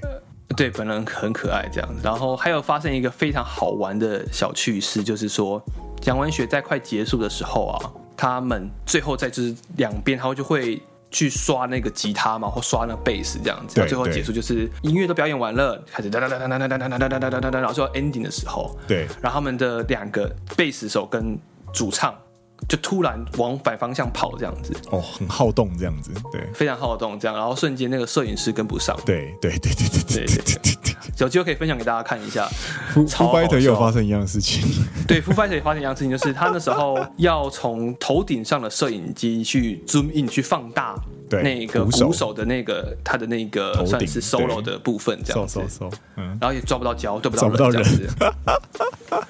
[SPEAKER 2] 对，本人很可爱这样。然后还有发生一个非常好玩的小趣事，就是说杨文学在快结束的时候啊，他们最后在就是两边他就会。去刷那个吉他嘛，或刷那个贝斯这样子，
[SPEAKER 1] 对
[SPEAKER 2] 最后结束就是音乐都表演完了，开始哒哒哒哒哒哒哒哒哒哒哒哒，然后最后 ending 的时候，
[SPEAKER 1] 对，
[SPEAKER 2] 然后他们的两个贝斯手跟主唱就突然往反方向跑，这样子
[SPEAKER 1] 哦，很好动这样子，对，
[SPEAKER 2] 非常好动，这样，然后瞬间那个摄影师跟不上，
[SPEAKER 1] 对，对，对，对，对，对，对，对，对，
[SPEAKER 2] 有机会可以分享给大家看一下。
[SPEAKER 1] Foo
[SPEAKER 2] 超
[SPEAKER 1] Foo
[SPEAKER 2] 好
[SPEAKER 1] Fighter 也有
[SPEAKER 2] 笑
[SPEAKER 1] 发生一样的事情，
[SPEAKER 2] 对，Foo Fighters 也发现一样事情，就是他那时候要从头顶上的摄影机去 zoom in 去放大
[SPEAKER 1] 对
[SPEAKER 2] 那个
[SPEAKER 1] 鼓手
[SPEAKER 2] 鼓手的那个他的那个
[SPEAKER 1] 头
[SPEAKER 2] 算
[SPEAKER 1] 顶
[SPEAKER 2] 是
[SPEAKER 1] 对
[SPEAKER 2] solo 的部分这样
[SPEAKER 1] 嗖
[SPEAKER 2] 子
[SPEAKER 1] 嗖，嗖，嗯，
[SPEAKER 2] 然后也抓不到焦，对 不
[SPEAKER 1] 找不到
[SPEAKER 2] 这样子，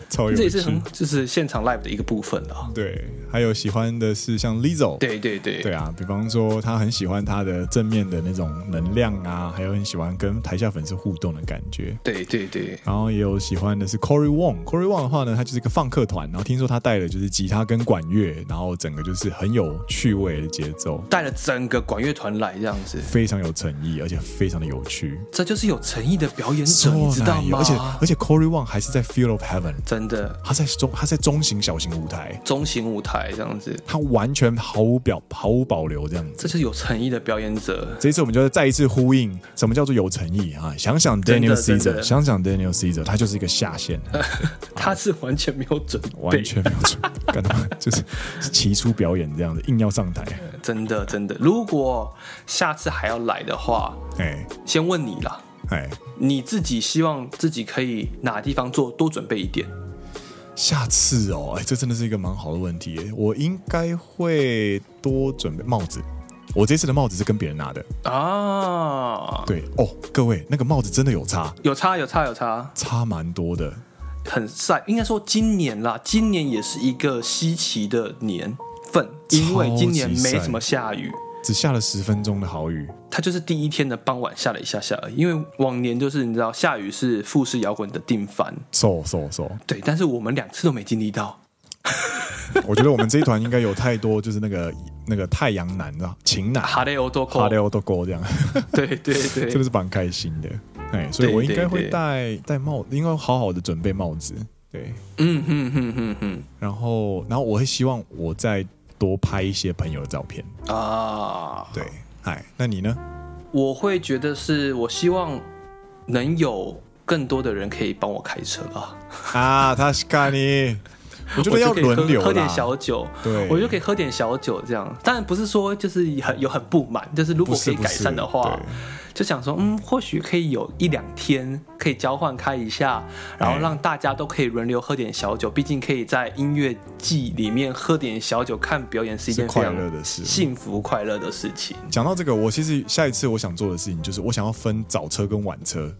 [SPEAKER 1] 超有
[SPEAKER 2] 这也
[SPEAKER 1] 趣
[SPEAKER 2] 是，很就是现场 live 的一个部分了。
[SPEAKER 1] 对，还有喜欢的是像 Lizzo，
[SPEAKER 2] 对对对
[SPEAKER 1] 对啊，比方说他很喜欢他的正面的那种能量啊，还有很喜欢跟台下粉丝互动的感觉。
[SPEAKER 2] 对对对，
[SPEAKER 1] 然后也有喜欢的是 Corey Wong。Corey Wong 的话呢，他就是一个放客团，然后听说他带的就是吉他跟管乐，然后整个就是很有趣味的节奏，
[SPEAKER 2] 带了整个管乐团来这样子，
[SPEAKER 1] 非常有诚意，而且非常的有趣。
[SPEAKER 2] 这就是有诚意的表演者，你知道
[SPEAKER 1] 有
[SPEAKER 2] 吗？
[SPEAKER 1] 而且而且 Corey Wong 还是在 Field of Heaven，
[SPEAKER 2] 真的
[SPEAKER 1] 他在中他在中型小型舞台，
[SPEAKER 2] 中型舞台这样子，
[SPEAKER 1] 他完全毫无表毫无保留这样
[SPEAKER 2] 这
[SPEAKER 1] 子。
[SPEAKER 2] 就是有诚意的表演者。
[SPEAKER 1] 这一次我们就是再一次呼应什么叫做有诚意啊！想想
[SPEAKER 2] 真的
[SPEAKER 1] Daniel
[SPEAKER 2] 真
[SPEAKER 1] Caesar，
[SPEAKER 2] 的
[SPEAKER 1] 想想 Daniel Caesar，他就是一个下线，
[SPEAKER 2] 他是完全没有准备，
[SPEAKER 1] 完全没有准备，干嘛就是奇出表演这样子，硬要上台。
[SPEAKER 2] 真的真的。如果下次还要来的话，
[SPEAKER 1] 哎
[SPEAKER 2] 先问你啦，
[SPEAKER 1] 哎，
[SPEAKER 2] 你自己希望自己可以哪地方做多准备一点？
[SPEAKER 1] 下次哦，哎，这真的是一个蛮好的问题耶。我应该会多准备帽子。我这次的帽子是跟别人拿的，
[SPEAKER 2] 啊，
[SPEAKER 1] 对哦，各位那个帽子真的有差，
[SPEAKER 2] 有差有差有差，
[SPEAKER 1] 差蛮多的。
[SPEAKER 2] 很晒。应该说今年啦，今年也是一个稀奇的年份，因为今年
[SPEAKER 1] 超级晒
[SPEAKER 2] 没怎么下雨。
[SPEAKER 1] 只下了十分钟的好雨，
[SPEAKER 2] 它就是第一天的傍晚下了一下下而已，因为往年就是你知道下雨是富士摇滚的定番，
[SPEAKER 1] 瘦瘦瘦。
[SPEAKER 2] 对，但是我们两次都没经历到，
[SPEAKER 1] 我觉得我们这一团应该有太多就是那个那个太阳男啊，晴男，
[SPEAKER 2] 哈雷欧 多
[SPEAKER 1] 哈
[SPEAKER 2] 口，
[SPEAKER 1] 雷都够这样，
[SPEAKER 2] 对对 对，
[SPEAKER 1] 是不是蛮开心的？哎，所以我应该
[SPEAKER 2] 对对
[SPEAKER 1] 会戴戴帽，应该好好的准备帽子。对，
[SPEAKER 2] 嗯哼哼哼哼
[SPEAKER 1] 然后然后我会希望我再多拍一些朋友的照片。
[SPEAKER 2] 啊，
[SPEAKER 1] 对，哎，那你 呢？
[SPEAKER 2] 我会觉得是我希望能有更多的人可以帮我开车吧，
[SPEAKER 1] 啊，他是看你，我觉
[SPEAKER 2] 我
[SPEAKER 1] 得要
[SPEAKER 2] 就可以喝
[SPEAKER 1] 轮流啦
[SPEAKER 2] 喝点小酒，
[SPEAKER 1] 对
[SPEAKER 2] 我就可以喝点小酒这样。当然不是说就是很有很不满，就是如
[SPEAKER 1] 不
[SPEAKER 2] 果可
[SPEAKER 1] 是
[SPEAKER 2] 以
[SPEAKER 1] 不
[SPEAKER 2] 改
[SPEAKER 1] 是
[SPEAKER 2] 善的话，
[SPEAKER 1] 对
[SPEAKER 2] 就想说嗯，或许可以有一两天可以交换开一下，然后
[SPEAKER 1] 哎
[SPEAKER 2] 让大家都可以轮流喝点小酒。毕竟可以在音乐季里面喝点小酒看表演是
[SPEAKER 1] 是
[SPEAKER 2] 一件非
[SPEAKER 1] 快
[SPEAKER 2] 常
[SPEAKER 1] 乐的事。
[SPEAKER 2] 幸福快乐的事情。
[SPEAKER 1] 讲到这个，我其实下一次我想做的事情就是，我想要分早车跟晚车，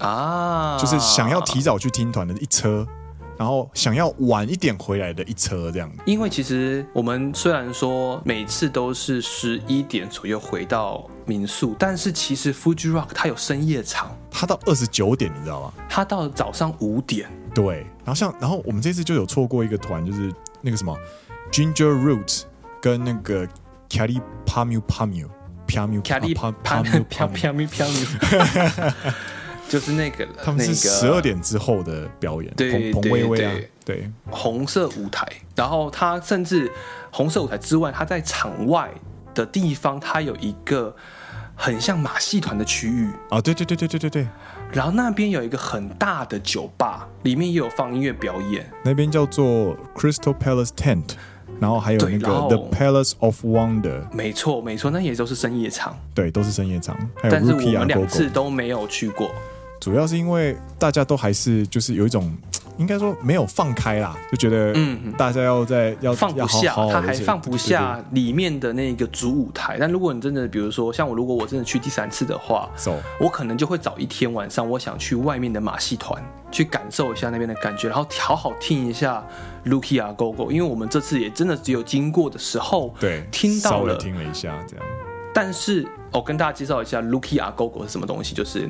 [SPEAKER 2] 啊，
[SPEAKER 1] 就是想要提早去听团的一车，然后想要晚一点回来的一车这样。
[SPEAKER 2] 因为其实我们虽然说每次都是十一点左右回到民宿，但是其实 Fuji Rock 它有深夜场，
[SPEAKER 1] 他到二十九点，你知道吗？
[SPEAKER 2] 它到早上五点。
[SPEAKER 1] 对，然后像然后我们这次就有错过一个团，就是那个什么 Ginger Root 跟那个 Kelly Pamu Pamu Pamu
[SPEAKER 2] 卡利
[SPEAKER 1] Pamu
[SPEAKER 2] 啪飘
[SPEAKER 1] Pamu
[SPEAKER 2] 飘
[SPEAKER 1] Pamu，
[SPEAKER 2] 飘飘，就是那个
[SPEAKER 1] 他们是十
[SPEAKER 2] 那
[SPEAKER 1] 二
[SPEAKER 2] 个
[SPEAKER 1] 点之后的表演，
[SPEAKER 2] 对
[SPEAKER 1] 彭彭
[SPEAKER 2] 对
[SPEAKER 1] 薇薇啊
[SPEAKER 2] 对，
[SPEAKER 1] 对
[SPEAKER 2] 红色舞台，然后它甚至红色舞台之外，它在场外的地方，它有一个很像马戏团的区域。
[SPEAKER 1] 啊，对对对对对对对，
[SPEAKER 2] 然后那边有一个很大的酒吧，里面也有放音乐表演。
[SPEAKER 1] 那边叫做 Crystal Palace Tent，然后还有
[SPEAKER 2] 对
[SPEAKER 1] 那个
[SPEAKER 2] 然后
[SPEAKER 1] The Palace of Wonder，
[SPEAKER 2] 没错，没错，那也都是深夜场，
[SPEAKER 1] 对，都是深夜场，还有
[SPEAKER 2] 但是我
[SPEAKER 1] Rookie 啊
[SPEAKER 2] 们
[SPEAKER 1] g o
[SPEAKER 2] 两
[SPEAKER 1] g
[SPEAKER 2] 次都没有去过。
[SPEAKER 1] 主要是因为大家都还是就是有一种，应该说没有放开啦，就觉得
[SPEAKER 2] 嗯
[SPEAKER 1] 大家要在、要
[SPEAKER 2] 放不
[SPEAKER 1] 要
[SPEAKER 2] 下，
[SPEAKER 1] 好好
[SPEAKER 2] 他
[SPEAKER 1] 地
[SPEAKER 2] 还
[SPEAKER 1] 去
[SPEAKER 2] 放不下里面的那个主舞台。但如果你真的，比如说像我，如果我真的去第三次的话，
[SPEAKER 1] 走。
[SPEAKER 2] 我可能就会找一天晚上，我想去外面的马戏团去感受一下那边的感觉，然后好好听一下 Lucky 啊 Go Go，因为我们这次也真的只有经过的时候，
[SPEAKER 1] 对，
[SPEAKER 2] 听
[SPEAKER 1] 稍
[SPEAKER 2] 到
[SPEAKER 1] 微
[SPEAKER 2] 了，
[SPEAKER 1] 听了一下，这样
[SPEAKER 2] 但是我、哦跟大家介绍一下 Lucky R Go Go 是什么东西，就是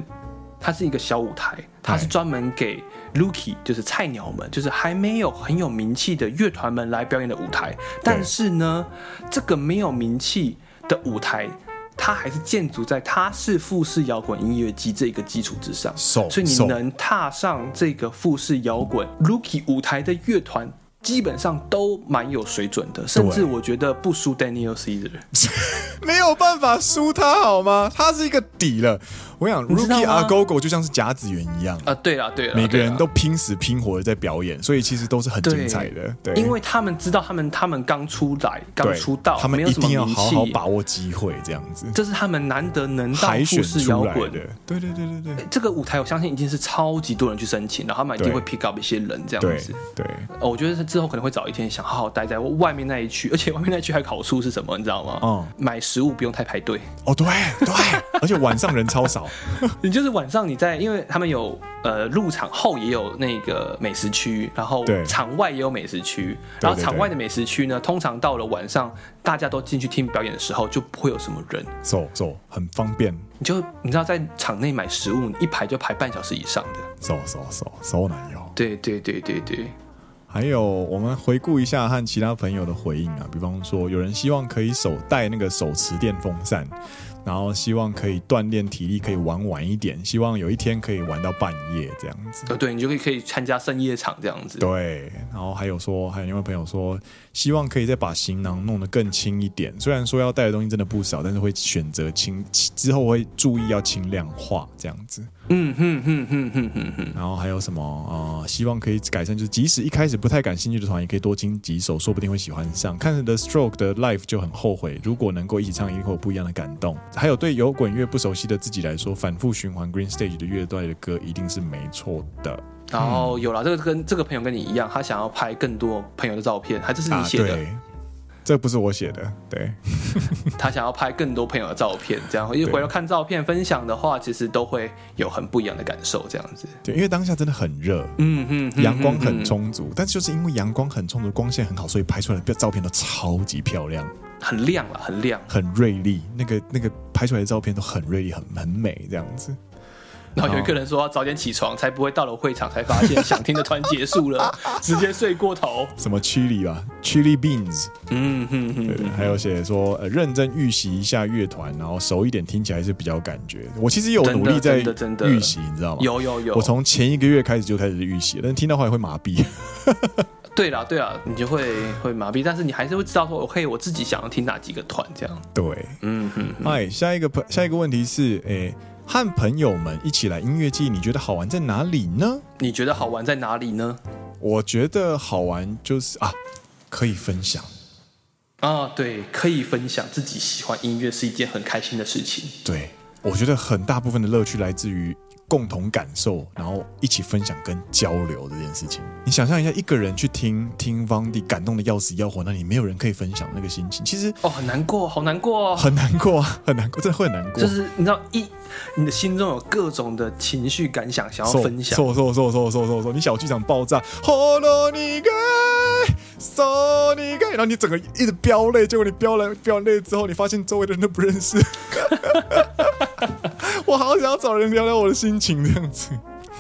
[SPEAKER 2] 它是一个小舞台，它是专门给 Lucky，就是菜鸟们，就是还没有很有名气的乐团们来表演的舞台。但是呢，这个没有名气的舞台，它还是建筑在它是富士摇滚音乐季这个基础之上，
[SPEAKER 1] 手
[SPEAKER 2] 所以你
[SPEAKER 1] 手
[SPEAKER 2] 能踏上这个富士摇滚 Lucky 舞台的乐团。基本上都蛮有水准的，甚至
[SPEAKER 1] 对
[SPEAKER 2] 我觉得不输 Daniel Caesar。
[SPEAKER 1] 没有办法输他好吗？他是一个底了。我想
[SPEAKER 2] 知道
[SPEAKER 1] Rookie
[SPEAKER 2] 吗
[SPEAKER 1] 阿狗狗就像是甲子园一样，
[SPEAKER 2] 啊，对啦，对啦，
[SPEAKER 1] 每个
[SPEAKER 2] 对啦
[SPEAKER 1] 人都拼死拼活的在表演，所以其实都是很精彩的。对，
[SPEAKER 2] 因为他们知道他们他们刚出来，刚
[SPEAKER 1] 对
[SPEAKER 2] 出道，
[SPEAKER 1] 他们
[SPEAKER 2] 没有
[SPEAKER 1] 一
[SPEAKER 2] 什么
[SPEAKER 1] 定要
[SPEAKER 2] 名
[SPEAKER 1] 好
[SPEAKER 2] 气，
[SPEAKER 1] 好把握机会，这样子
[SPEAKER 2] 这是他们难得能到
[SPEAKER 1] 海选
[SPEAKER 2] 富士摇
[SPEAKER 1] 出来
[SPEAKER 2] 滚
[SPEAKER 1] 的。对对对对对
[SPEAKER 2] 这个舞台，我相信一定是超级多人去申请，然后他们一定
[SPEAKER 1] 对
[SPEAKER 2] 会 pick up 一些人这样
[SPEAKER 1] 对
[SPEAKER 2] 子。
[SPEAKER 1] 对，
[SPEAKER 2] 呃我觉得之后可能会找一天想好好待在外面那一区，而且外面那一区还有好处是什么，你知道吗？
[SPEAKER 1] 嗯
[SPEAKER 2] 买食物不用太排队，
[SPEAKER 1] 哦对对， 而且晚上人超少，
[SPEAKER 2] 你就是晚上你在，因为他们有呃入场后也有那个美食区，然后
[SPEAKER 1] 对
[SPEAKER 2] 场外也有美食区，然后
[SPEAKER 1] 对对
[SPEAKER 2] 场外的美食区呢，通常到了晚上大家都进去听表演的时候就不会有什么人，
[SPEAKER 1] 走走很方便，
[SPEAKER 2] 你就你知道在场内买食物，你一排就排半小时以上的。
[SPEAKER 1] 走走走走奶油。
[SPEAKER 2] 对对对对对，
[SPEAKER 1] 还有，我们回顾一下和其他朋友的回应啊，比方说，有人希望可以手带那个手持电风扇，然后希望可以锻炼体力，可以玩晚一点，希望有一天可以玩到半夜这样子。
[SPEAKER 2] 呃对你就可以可以参加深夜场这样子。
[SPEAKER 1] 对，然后还有说，还有另外朋友说，希望可以再把行囊弄得更轻一点。虽然说要带的东西真的不少，但是会选择轻，之后会注意要轻量化这样子。
[SPEAKER 2] 嗯哼哼哼哼哼哼，
[SPEAKER 1] 然后还有什么呃，希望可以改善，就是即使一开始不太感兴趣的团，也可以多听几首，说不定会喜欢上。看着 The Stroke 的 Live 就很后悔，如果能够一起唱，一定会有不一样的感动。还有对摇滚乐不熟悉的自己来说，反复循环 Green Stage 的乐队的歌一定是没错的。
[SPEAKER 2] 然后有了这个跟这个朋友跟你一样，他想要拍更多朋友的照片，还这是你
[SPEAKER 1] 啊，
[SPEAKER 2] 写的。
[SPEAKER 1] 对，这不是我写的，对
[SPEAKER 2] 他想要拍更多朋友的照片，这样，因为
[SPEAKER 1] 对
[SPEAKER 2] 回头看照片分享的话，其实都会有很不一样的感受，这样子。
[SPEAKER 1] 对，因为当下真的很热。
[SPEAKER 2] 嗯嗯嗯
[SPEAKER 1] 阳光很充足，但就是因为阳光很充足，光线很好，所以拍出来的照片都超级漂亮。
[SPEAKER 2] 很亮了，很亮。
[SPEAKER 1] 很锐利，那个那个拍出来的照片都很锐利，很很美这样子。
[SPEAKER 2] 然后有一个人说要早点起床，才不会到了会场才发现想听的团结束 了，直接睡过头。
[SPEAKER 1] 什么 chili 吧，chili beans，
[SPEAKER 2] 嗯嗯
[SPEAKER 1] 对
[SPEAKER 2] 嗯，
[SPEAKER 1] 还有写说、呃、认真预习一下乐团，然后熟一点听起来是比较有感觉。我其实有努力在
[SPEAKER 2] 真的真的真的
[SPEAKER 1] 预习，你知道吗？
[SPEAKER 2] 有有有。
[SPEAKER 1] 我从前一个月开始就开始预习，但是听到后来会麻痹。
[SPEAKER 2] 对啦对啦，你就会会麻痹，但是你还是会知道说，OK，我自己想要听哪几个团这样。
[SPEAKER 1] 对，
[SPEAKER 2] 嗯嗯，
[SPEAKER 1] 哎，下一个朋下一个问题是，哎，和朋友们一起来音乐季，你觉得好玩在哪里呢？
[SPEAKER 2] 你觉得好玩在哪里呢？
[SPEAKER 1] 我觉得好玩就是啊，可以分享。
[SPEAKER 2] 啊，对，可以分享自己喜欢音乐是一件很开心的事情。
[SPEAKER 1] 对，我觉得很大部分的乐趣来自于共同感受，然后一起分享跟交流这件事情。你想象一下，一个人去听听方迪感动的要死要活，那你没有人可以分享那个心情，其实
[SPEAKER 2] 哦，很难过，好难过哦。
[SPEAKER 1] 很难过啊，很难过，真的会很难过。
[SPEAKER 2] 就是你知道一，你的心中有各种的情绪感想想要
[SPEAKER 1] 受
[SPEAKER 2] 分享，
[SPEAKER 1] 受受受受受受受，你小剧场爆炸，吼了你该，手你该，然后你整个一直飙泪，结果你飙了飙完泪之后，你发现周围的人都不认识， 我好想要找人聊聊我的心情这样子。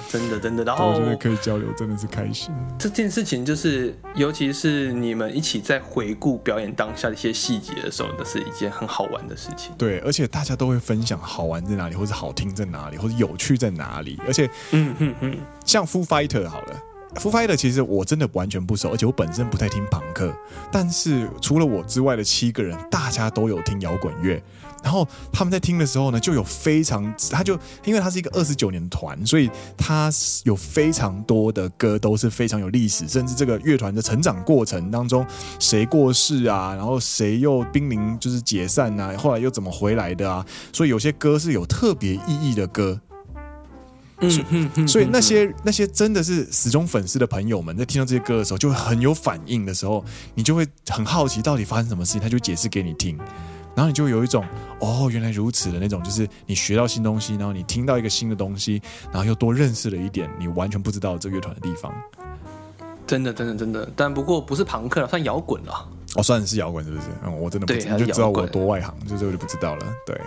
[SPEAKER 2] 真的真的。然
[SPEAKER 1] 我
[SPEAKER 2] 后
[SPEAKER 1] 觉得可以交流，真的是开心。
[SPEAKER 2] 这件事情就是，尤其是你们一起在回顾表演当下的一些细节的时候，那是一件很好玩的事情。
[SPEAKER 1] 对，而且大家都会分享好玩在哪里，或者好听在哪里，或者有趣在哪里。而且
[SPEAKER 2] 嗯哼哼，
[SPEAKER 1] 像 Foo Fighter 好了。Foo Fighter 其实我真的完全不熟，而且我本身不太听朋克，但是除了我之外的七个人，大家都有听摇滚乐。然后他们在听的时候呢，就有非常，他就因为他是一个二十九年的团，所以他有非常多的歌都是非常有历史，甚至这个乐团的成长过程当中，谁过世啊，然后谁又濒临就是解散啊，后来又怎么回来的啊，所以有些歌是有特别意义的歌，
[SPEAKER 2] 嗯哼哼，
[SPEAKER 1] 所以那些那些真的是死忠粉丝的朋友们，在听到这些歌的时候，就会很有反应的时候，你就会很好奇到底发生什么事情，他就解释给你听，然后你就有一种哦原来如此的那种，就是你学到新东西，然后你听到一个新的东西，然后又多认识了一点你完全不知道这个乐团的地方。
[SPEAKER 2] 真的真的真的，但不过不是朋克了，算摇滚了。
[SPEAKER 1] 哦，算是摇滚是不是？嗯，我真的不知
[SPEAKER 2] 对
[SPEAKER 1] 你就知
[SPEAKER 2] 还是
[SPEAKER 1] 道
[SPEAKER 2] 摇
[SPEAKER 1] 我
[SPEAKER 2] 滚
[SPEAKER 1] 多外行，就这我就不知道了。对，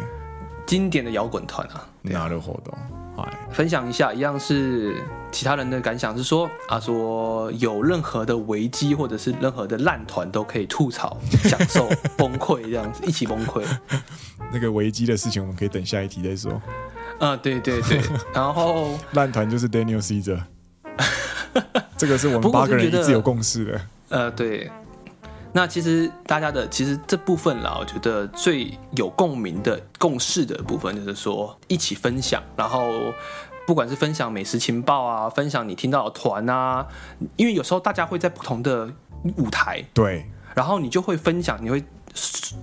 [SPEAKER 2] 经典的摇滚团啊。
[SPEAKER 1] なるほど。はい。
[SPEAKER 2] 分享一下，一样是其他人的感想是说啊，说有任何的危机或者是任何的烂团都可以吐槽、享受、 崩溃这样子，一起崩溃。
[SPEAKER 1] 那个危机的事情，我们可以等下一题再说。
[SPEAKER 2] 啊，对对对，然后
[SPEAKER 1] 烂团就是 Daniel Caesar，这个是我们
[SPEAKER 2] 不过
[SPEAKER 1] 八
[SPEAKER 2] 我
[SPEAKER 1] 个
[SPEAKER 2] 真
[SPEAKER 1] 人
[SPEAKER 2] 觉
[SPEAKER 1] 一
[SPEAKER 2] 得
[SPEAKER 1] 致有共识的。
[SPEAKER 2] 呃，对。那其实大家的其实这部分啦，我觉得最有共鸣的共识的部分，就是说一起分享，然后不管是分享美食情报啊，分享你听到的团啊，因为有时候大家会在不同的舞台，
[SPEAKER 1] 对，
[SPEAKER 2] 然后你就会分享，你会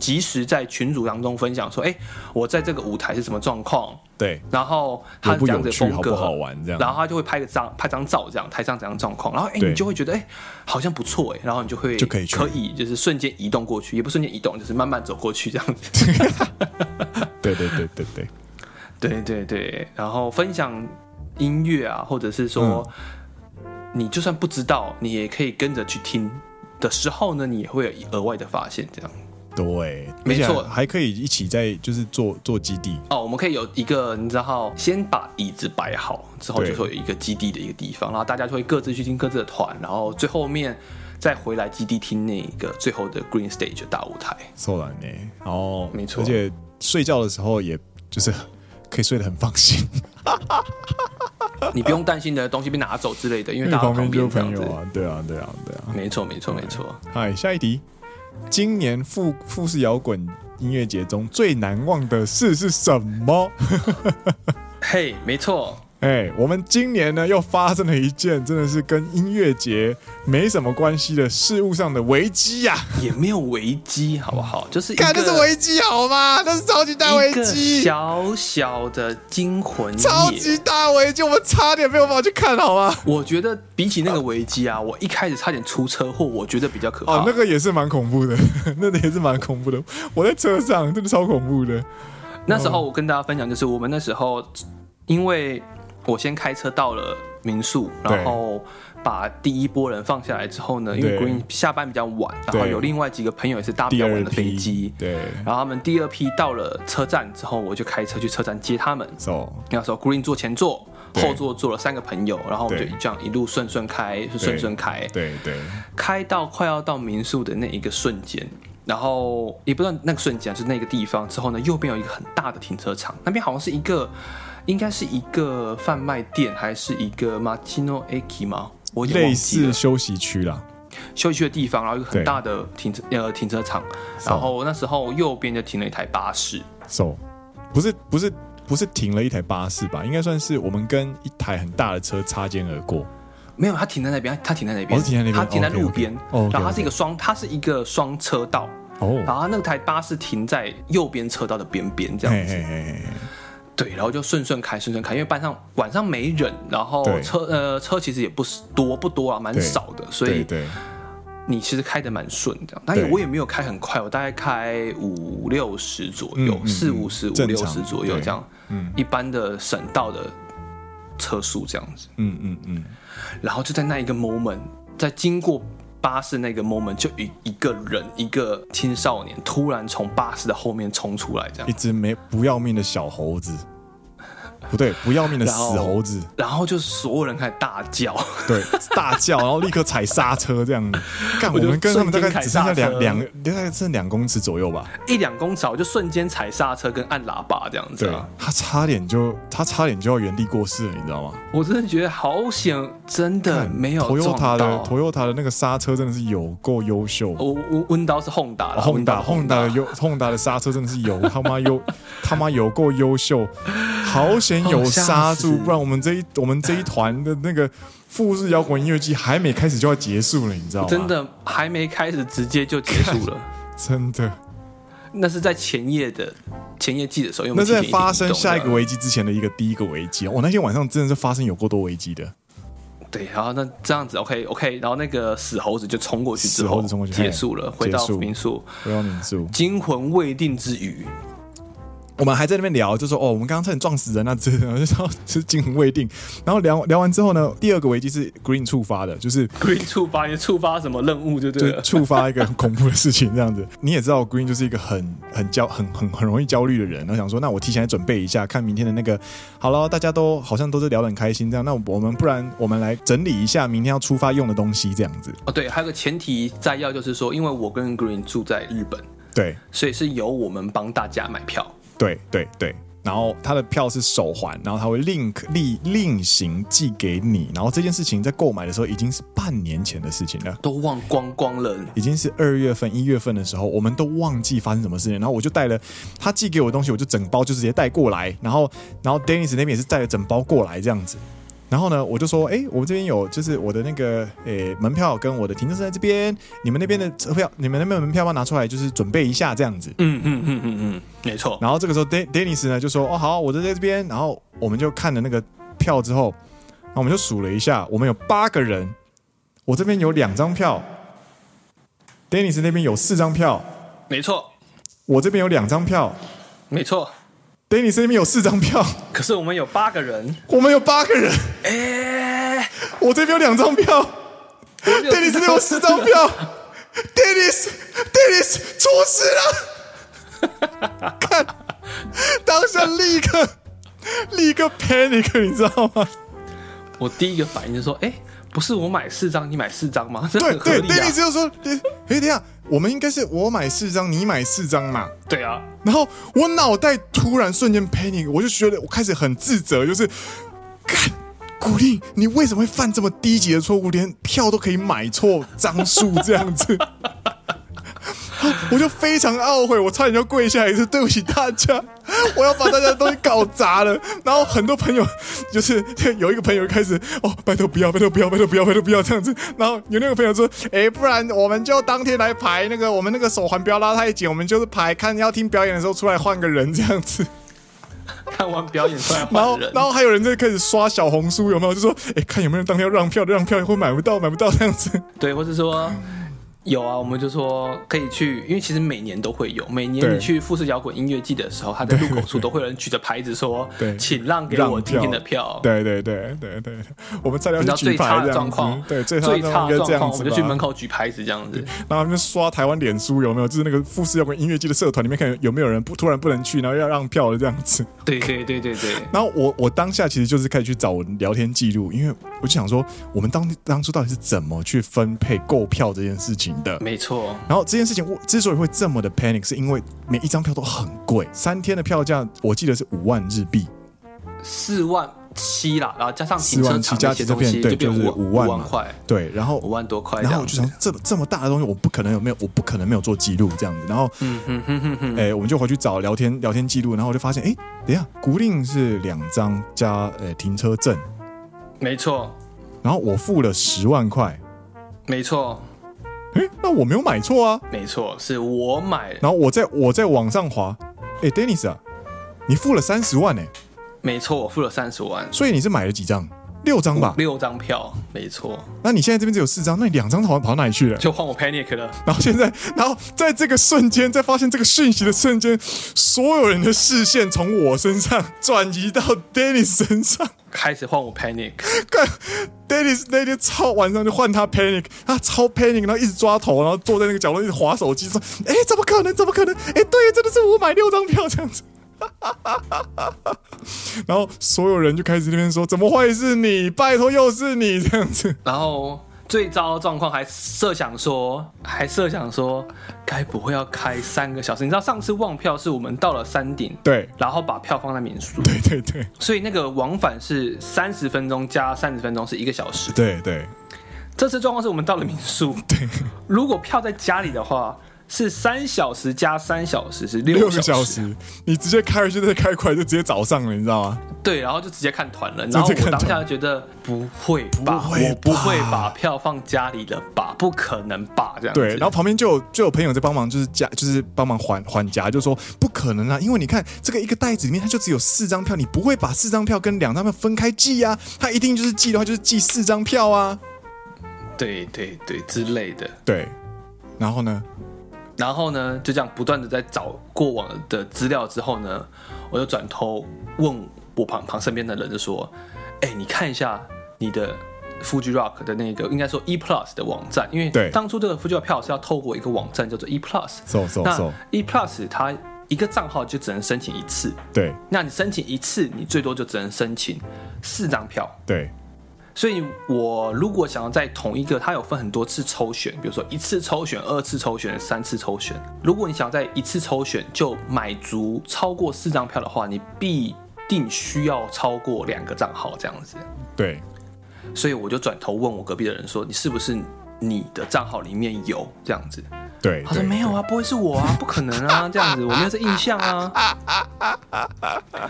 [SPEAKER 2] 及时在群组当中分享说，哎，我在这个舞台是什么状况，
[SPEAKER 1] 对，
[SPEAKER 2] 然后他
[SPEAKER 1] 有
[SPEAKER 2] 是
[SPEAKER 1] 不
[SPEAKER 2] 这样
[SPEAKER 1] 有
[SPEAKER 2] 子的
[SPEAKER 1] 趣，
[SPEAKER 2] 风
[SPEAKER 1] 好
[SPEAKER 2] 格，
[SPEAKER 1] 不好玩？这
[SPEAKER 2] 然
[SPEAKER 1] 样
[SPEAKER 2] 后他就会拍个张拍张照，这样台上怎样状况，然后哎、
[SPEAKER 1] 对
[SPEAKER 2] 你就会觉得哎、好像不错哎、然后你就会
[SPEAKER 1] 就可以去
[SPEAKER 2] 可以就是瞬间移动过去，也不是瞬间移动，就是慢慢走过去这样子。
[SPEAKER 1] 对对对对对，
[SPEAKER 2] 对对对，然后分享音乐啊，或者是说、
[SPEAKER 1] 嗯
[SPEAKER 2] 你就算不知道，你也可以跟着去听的时候呢，你也会有额外的发现这样。
[SPEAKER 1] 对，
[SPEAKER 2] 没
[SPEAKER 1] 而且
[SPEAKER 2] 错
[SPEAKER 1] 还可以一起在就是做做基地。
[SPEAKER 2] 哦，我们可以有一个，你知道，先把椅子摆好之后，
[SPEAKER 1] 对
[SPEAKER 2] 就会有一个基地的一个地
[SPEAKER 1] 嗯
[SPEAKER 2] 方，然后大家就会各自去听各自的团，然后最后面再回来基地听那个最后的 Green Stage 大舞台。
[SPEAKER 1] 受难呢，然后
[SPEAKER 2] 没错
[SPEAKER 1] 而且睡觉的时候也就是可以睡得很放心，
[SPEAKER 2] 你不用担心你的东西被拿走之类的，因
[SPEAKER 1] 因
[SPEAKER 2] 为
[SPEAKER 1] 为
[SPEAKER 2] 大家
[SPEAKER 1] 旁
[SPEAKER 2] 旁
[SPEAKER 1] 边就
[SPEAKER 2] 边
[SPEAKER 1] 有
[SPEAKER 2] 这
[SPEAKER 1] 朋友
[SPEAKER 2] 样子。
[SPEAKER 1] 啊，对啊，对啊，对啊。
[SPEAKER 2] 没错，没错，没错。
[SPEAKER 1] 嗨，下一题，今年富富士摇滚音乐节中最难忘的事是什么？
[SPEAKER 2] 嘿、没错，
[SPEAKER 1] 哎、我们今年呢又发生了一件真的是跟音乐节没什么关系的事物上的危机呀、啊！
[SPEAKER 2] 也没有危机，好不好？就是一个
[SPEAKER 1] 看，嗯这是危机好吗？这是超级大危
[SPEAKER 2] 一个
[SPEAKER 1] 机，
[SPEAKER 2] 小小的惊魂夜。
[SPEAKER 1] 超级大危机，我们差点没有办法去看好吗？
[SPEAKER 2] 我觉得比起那个危机啊，我一开始差点出车祸，我觉得比较可怕。
[SPEAKER 1] 哦，那个也是蛮恐怖的， 那个也是蛮恐怖的。我在车上，真的超恐怖的。
[SPEAKER 2] 那时候我跟大家分享，就是我们那时候，因为我先开车到了民宿，
[SPEAKER 1] 对
[SPEAKER 2] 然后把第一波人放下来之后呢，因为
[SPEAKER 1] 对
[SPEAKER 2] Green 下班比较晚，然后
[SPEAKER 1] 对
[SPEAKER 2] 有另外几个朋友也是搭比
[SPEAKER 1] 第
[SPEAKER 2] 较
[SPEAKER 1] 二
[SPEAKER 2] 晚的飞
[SPEAKER 1] 批
[SPEAKER 2] 机，
[SPEAKER 1] 对
[SPEAKER 2] 然后他们第二批到了车站之后，我就开车去车站接他们。
[SPEAKER 1] ，so
[SPEAKER 2] 那时候 Green 坐前座，
[SPEAKER 1] 对
[SPEAKER 2] 后座坐了三个朋友，然后我们就
[SPEAKER 1] 对
[SPEAKER 2] 这样一路顺顺开，顺顺开，
[SPEAKER 1] 对对
[SPEAKER 2] 开到快要到民宿的那一个瞬间，然后也不知道那个瞬间就是那个地方之后呢，右边有一个很大的停车场，那边好像是一个，应该是一个贩卖店，还是一个 Martino Aki 吗？我有点
[SPEAKER 1] 类
[SPEAKER 2] 忘记
[SPEAKER 1] 似
[SPEAKER 2] 了
[SPEAKER 1] 休息区啦，
[SPEAKER 2] 休息区的地方，然后一个很大的停车呃停车场，然后那时候右边就停了一台巴士，
[SPEAKER 1] so 不是不是不是停了一台巴士吧？应该算是我们跟一台很大的车擦肩而过。
[SPEAKER 2] 没有，他停在那边，他停在那边，
[SPEAKER 1] 哦停在那边
[SPEAKER 2] 他停在路边，
[SPEAKER 1] 哦，OK，OK，哦，OK，OK
[SPEAKER 2] 然后它是一个双，它是一个双车道，然
[SPEAKER 1] 哦，
[SPEAKER 2] 后它那台巴士停在右边车道的边边这样
[SPEAKER 1] 嘿
[SPEAKER 2] 子。
[SPEAKER 1] 嘿嘿嘿，
[SPEAKER 2] 对，然后就顺顺开，顺顺开，因为班上晚上没人，然后
[SPEAKER 1] 对
[SPEAKER 2] 车呃车其实也不是多不多啊，蛮
[SPEAKER 1] 对
[SPEAKER 2] 少的，所
[SPEAKER 1] 对
[SPEAKER 2] 以
[SPEAKER 1] 对，
[SPEAKER 2] 你其实开的蛮顺这样。但也
[SPEAKER 1] 对
[SPEAKER 2] 我也没有开很快，我大概开五六十左右
[SPEAKER 1] 嗯，嗯
[SPEAKER 2] 四
[SPEAKER 1] 嗯
[SPEAKER 2] 五十、五
[SPEAKER 1] 正
[SPEAKER 2] 六十
[SPEAKER 1] 常
[SPEAKER 2] 左右
[SPEAKER 1] 对
[SPEAKER 2] 这样，
[SPEAKER 1] 嗯
[SPEAKER 2] 一般的省道的车速这样子。
[SPEAKER 1] 嗯嗯嗯，
[SPEAKER 2] 然后就在那一个 moment，在经过巴士那个 moment，就一一个人，一个青少年突然从巴士的后面冲出来这样
[SPEAKER 1] 一。只没不要命的小猴子，不对，不要命的
[SPEAKER 2] 然后
[SPEAKER 1] 死猴子，
[SPEAKER 2] 然后就所有人开始大叫，
[SPEAKER 1] 对，大叫，然后立刻踩刹车这 样子。干，我
[SPEAKER 2] 就
[SPEAKER 1] 们跟他们大
[SPEAKER 2] 瞬间
[SPEAKER 1] 概
[SPEAKER 2] 踩
[SPEAKER 1] 只剩下
[SPEAKER 2] 刹车
[SPEAKER 1] 两两，大概剩两公尺左右吧。
[SPEAKER 2] 一两公尺啊，我就瞬间踩刹车跟按喇叭这样子、
[SPEAKER 1] 对
[SPEAKER 2] 啊。，
[SPEAKER 1] 他差点就他差点就要原地过世了，你知道吗？
[SPEAKER 2] 我真的觉得好险，真的嗯没有撞
[SPEAKER 1] Toyota 的
[SPEAKER 2] 到。嗯
[SPEAKER 1] Toyota 的那个刹车真的是有够优秀。哦
[SPEAKER 2] 我我温刀是轰打了，
[SPEAKER 1] 轰打
[SPEAKER 2] 轰
[SPEAKER 1] 轰打的优轰打的刹车真的是有 他妈优他妈有够优秀，好险有刹
[SPEAKER 2] 哦吓死
[SPEAKER 1] 住，不然我们这一我们这一团的那个富士摇滚音乐季还没开始就要结束了，你知道吗？
[SPEAKER 2] 真的还没开始直接就结束了。
[SPEAKER 1] 真的，
[SPEAKER 2] 那是在前夜的前夜季的时候，因为我
[SPEAKER 1] 那
[SPEAKER 2] 们
[SPEAKER 1] 是在
[SPEAKER 2] 提前
[SPEAKER 1] 发
[SPEAKER 2] 一
[SPEAKER 1] 生
[SPEAKER 2] 点移动
[SPEAKER 1] 下一个危机之前的一个第一个危机。我、哦那天晚上真的是发生有够多危机的，
[SPEAKER 2] 对，然后那这样子 OK OK，然后那个死猴子就冲过去之
[SPEAKER 1] 死
[SPEAKER 2] 后
[SPEAKER 1] 猴子冲过去
[SPEAKER 2] 结束了，
[SPEAKER 1] 嘿
[SPEAKER 2] 回到
[SPEAKER 1] 结束
[SPEAKER 2] 民宿，
[SPEAKER 1] 不要民宿。
[SPEAKER 2] 惊魂未定之余，
[SPEAKER 1] 我们还在那边聊，就说哦，我们刚刚差点撞死人啊，这然后就说是惊魂未定。然后聊聊完之后呢，第二个危机是 Green 触发的，就是
[SPEAKER 2] Green 触发，你触发什么任务就
[SPEAKER 1] 就
[SPEAKER 2] 对
[SPEAKER 1] 是
[SPEAKER 2] 了。
[SPEAKER 1] 触发一个很恐怖的事情，这样子。你也知道，Green 就是一个很 很焦、很很很容易焦虑的人。然后想说，那我提前来准备一下，看明天的那个。 好了，大家都好像都是聊得很开心，这样。那我们不然我们来整理一下明天要出发用的东西，这样子。
[SPEAKER 2] 哦，对，还有个前提摘要就是说，因为我跟 Green 住在日本，
[SPEAKER 1] 对
[SPEAKER 2] 所以是由我们帮大家买票。
[SPEAKER 1] 对对对。然后他的票是手环，然后他会 link 另另行寄给你。然后这件事情在购买的时候已经是半年前的事情了。
[SPEAKER 2] 都忘光光了。
[SPEAKER 1] 已经是二月份、一月份的时候，我们都忘记发生什么事情。然后我就带了他寄给我的东西，我就整包就直接带过来。然后，然后 Dennis 那边也是带了整包过来这样子。然后呢，我就说，哎，我们这边有，就是我的那个，诶，门票跟我的停车证在这边，你们那边的车票，你们那边的门票要拿出来，就是准备一下这样子。
[SPEAKER 2] 嗯嗯嗯嗯嗯，没错。
[SPEAKER 1] 然后这个时候，Den Dennis 呢就说，哦，好，我就在这边。然后我们就看了那个票之后，然后我们就数了一下，我们有八个人，我这边有两张票，Dennis 那边有四张票。
[SPEAKER 2] 没错，
[SPEAKER 1] 我这边有两张票
[SPEAKER 2] 没错。
[SPEAKER 1] ，Dennis 那边有四张票，
[SPEAKER 2] 可是我们有八个人，
[SPEAKER 1] 我们有八个人，
[SPEAKER 2] 哎、
[SPEAKER 1] 我这边有两张票，Dennis 那边有四张票，Dennis，Dennis 出事了， 看，当下立刻立刻 panic，你知道吗？
[SPEAKER 2] 我第一个反应就说，哎、不是我买四张，你买四张吗？这
[SPEAKER 1] 对
[SPEAKER 2] 很合
[SPEAKER 1] 对
[SPEAKER 2] 理啊
[SPEAKER 1] ，Dennis。就说，哎，等一下，我们应该是我买四张，你买四张嘛。
[SPEAKER 2] 对啊，
[SPEAKER 1] 然后我脑袋突然瞬间 panic，我就觉得我开始很自责，就是，干，古力，你为什么会犯这么低级的错误，连票都可以买错张数这样子？我就非常懊悔，我差点就跪下来说对不起大家，我要把大家的东西搞砸了。然后很多朋友就是有一个朋友开始哦，拜托不要，拜托不要，拜托不要，拜托不要这样子。然后有那个朋友说，哎，不然我们就当天来排那个，我们那个手环不要拉太紧，我们就是排看要听表演的时候出来换个人这样子。
[SPEAKER 2] 看完表演出来
[SPEAKER 1] 然后
[SPEAKER 2] 换人，
[SPEAKER 1] 然后还有人在开始刷小红书，有没有？就说哎，看有没有人当天要让票的，让票会买不到，买不到这样子。
[SPEAKER 2] 对，或是说。有啊，我们就说可以去，因为其实每年都会有，每年
[SPEAKER 1] 对
[SPEAKER 2] 你去富士摇滚音乐季的时候，它的入口处都会有人举着牌子说
[SPEAKER 1] 对：“
[SPEAKER 2] 请让给
[SPEAKER 1] 让
[SPEAKER 2] 我今天的票。”
[SPEAKER 1] 对对对对对，我们差点
[SPEAKER 2] 你知
[SPEAKER 1] 要
[SPEAKER 2] 道
[SPEAKER 1] 去举
[SPEAKER 2] 最
[SPEAKER 1] 牌
[SPEAKER 2] 差
[SPEAKER 1] 这
[SPEAKER 2] 的
[SPEAKER 1] 样
[SPEAKER 2] 状
[SPEAKER 1] 子
[SPEAKER 2] 况，，
[SPEAKER 1] 对，最差的
[SPEAKER 2] 最
[SPEAKER 1] 状
[SPEAKER 2] 差
[SPEAKER 1] 况应该
[SPEAKER 2] 的
[SPEAKER 1] 这
[SPEAKER 2] 状况，
[SPEAKER 1] 样
[SPEAKER 2] 我
[SPEAKER 1] 子
[SPEAKER 2] 们就去
[SPEAKER 1] 吧
[SPEAKER 2] 门口举牌子这样子。
[SPEAKER 1] 然后他们刷台湾脸书有没有？就是那个富士摇滚音乐季的社团里面，看有没有人不突然不能去，然后要让票的这样子。
[SPEAKER 2] 对对对对对，
[SPEAKER 1] 然后我我当下其实就是开始去找我聊天记录，因为我就想说，我们当当初到底是怎么去分配购票这件事情的。
[SPEAKER 2] 没错，
[SPEAKER 1] 然后这件事情我之所以会这么的 panic，是因为每一张票都很贵，三天的票价我记得是五万日币，
[SPEAKER 2] 四万七啦，然后加上
[SPEAKER 1] 四
[SPEAKER 2] 停车
[SPEAKER 1] 万七
[SPEAKER 2] 场
[SPEAKER 1] 加
[SPEAKER 2] 那些
[SPEAKER 1] 起这
[SPEAKER 2] 东西，
[SPEAKER 1] 片对，
[SPEAKER 2] 变
[SPEAKER 1] 就是
[SPEAKER 2] 五
[SPEAKER 1] 万
[SPEAKER 2] 万
[SPEAKER 1] 嘛，
[SPEAKER 2] 块，
[SPEAKER 1] 对，然后
[SPEAKER 2] 五万多块这
[SPEAKER 1] 然后
[SPEAKER 2] 样
[SPEAKER 1] 我就
[SPEAKER 2] 子。
[SPEAKER 1] 想，这么这么大的东西，我不可能有没有，我不可能没有做记录这样子。然后，嗯嗯嗯嗯，哎，我们就回去找聊天聊天记录，然后我就发现，哎，等一下，固定是两张加呃停车证，
[SPEAKER 2] 没错，
[SPEAKER 1] 然后我付了十万块，
[SPEAKER 2] 没错，
[SPEAKER 1] 哎，那我没有买错啊。
[SPEAKER 2] 没错，是我买，
[SPEAKER 1] 然后我在我在网上滑，哎，Dennis 啊，你付了三十万哎、
[SPEAKER 2] 没错，我付了三十万，
[SPEAKER 1] 所以你是买了几张？六张吧？
[SPEAKER 2] 哦六张票，没错，
[SPEAKER 1] 那你现在这边只有四张，那你两张跑跑哪里去了？
[SPEAKER 2] 就换我 panic 了。
[SPEAKER 1] 然后现在，然后在这个瞬间，在发现这个讯息的瞬间，所有人的视线从我身上 转移到 Dennis 身上。
[SPEAKER 2] 开始换我 panic，
[SPEAKER 1] 看 Dennis 那天超晚上就换他 panic，他超 panic，然后一直抓头，然后坐在那个角落一直划手机，说：“哎，怎么可能？怎么可能？哎，对，真的是我买六张票这样子。” 然后所有人就开始那边说：“怎么会是你？拜托，又是你这样子。”
[SPEAKER 2] 然后最糟的状况还设想说，还设想说，该不会要开三个小时？你知道上次忘票是我们到了山顶，
[SPEAKER 1] 对
[SPEAKER 2] 然后把票放在民宿，
[SPEAKER 1] 对对对
[SPEAKER 2] 所以那个往返是三十分钟加三十分钟是一个小时。
[SPEAKER 1] 对对，
[SPEAKER 2] 这次状况是我们到了民宿，
[SPEAKER 1] 对，
[SPEAKER 2] 如果票在家里的话，是三小时加三小时是六
[SPEAKER 1] 六
[SPEAKER 2] 个
[SPEAKER 1] 个
[SPEAKER 2] 小
[SPEAKER 1] 小
[SPEAKER 2] 时，
[SPEAKER 1] 时，你直接开回去再开过来，就直接早上了，你知道吗？
[SPEAKER 2] 对，然后就直接看团了。
[SPEAKER 1] 接
[SPEAKER 2] 然后
[SPEAKER 1] 看
[SPEAKER 2] 我
[SPEAKER 1] 团
[SPEAKER 2] 当下觉得不会吧，
[SPEAKER 1] 不会吧
[SPEAKER 2] 我不会把票放家里的吧，不可能吧，这样子。
[SPEAKER 1] 对，然后旁边就有就有朋友在帮忙，就是夹，就是帮忙缓缓夹，就说不可能啊，因为你看这个一个袋子里面它就只有四张票，你不会把四张票跟两张票分开寄啊，它一定就是寄的话就是寄四张票啊。
[SPEAKER 2] 对对对之类的，
[SPEAKER 1] 对，然后呢
[SPEAKER 2] 然后呢，就这样不断的在找过往的资料之后呢，我就转头问我旁旁身边的人，就说：“哎，你看一下你的 Fuji Rock 的那个，应该说 E Plus 的网站，因
[SPEAKER 1] 对
[SPEAKER 2] 为当初这个 Fuji Rock 票是要透过一个网站叫做 E Plus，
[SPEAKER 1] so so
[SPEAKER 2] 那
[SPEAKER 1] so，
[SPEAKER 2] E Plus 它一个账号就只能申请一次，
[SPEAKER 1] 对
[SPEAKER 2] 那你申请一次，你最多就只能申请四张票。
[SPEAKER 1] 对
[SPEAKER 2] 所以我如果想要在同一个，它有分很多次抽选，比如说一次抽选、二次抽选、三次抽选。如果你想要在一次抽选就买足超过四张票的话，你必定需要超过两个账号这样子。
[SPEAKER 1] 对，
[SPEAKER 2] 所以我就转头问我隔壁的人说：“你是不是你的账号里面有这样子？”
[SPEAKER 1] 对，
[SPEAKER 2] 他说
[SPEAKER 1] 对
[SPEAKER 2] 没有啊，不会是我啊，不可能啊，这样子我没有这印象啊，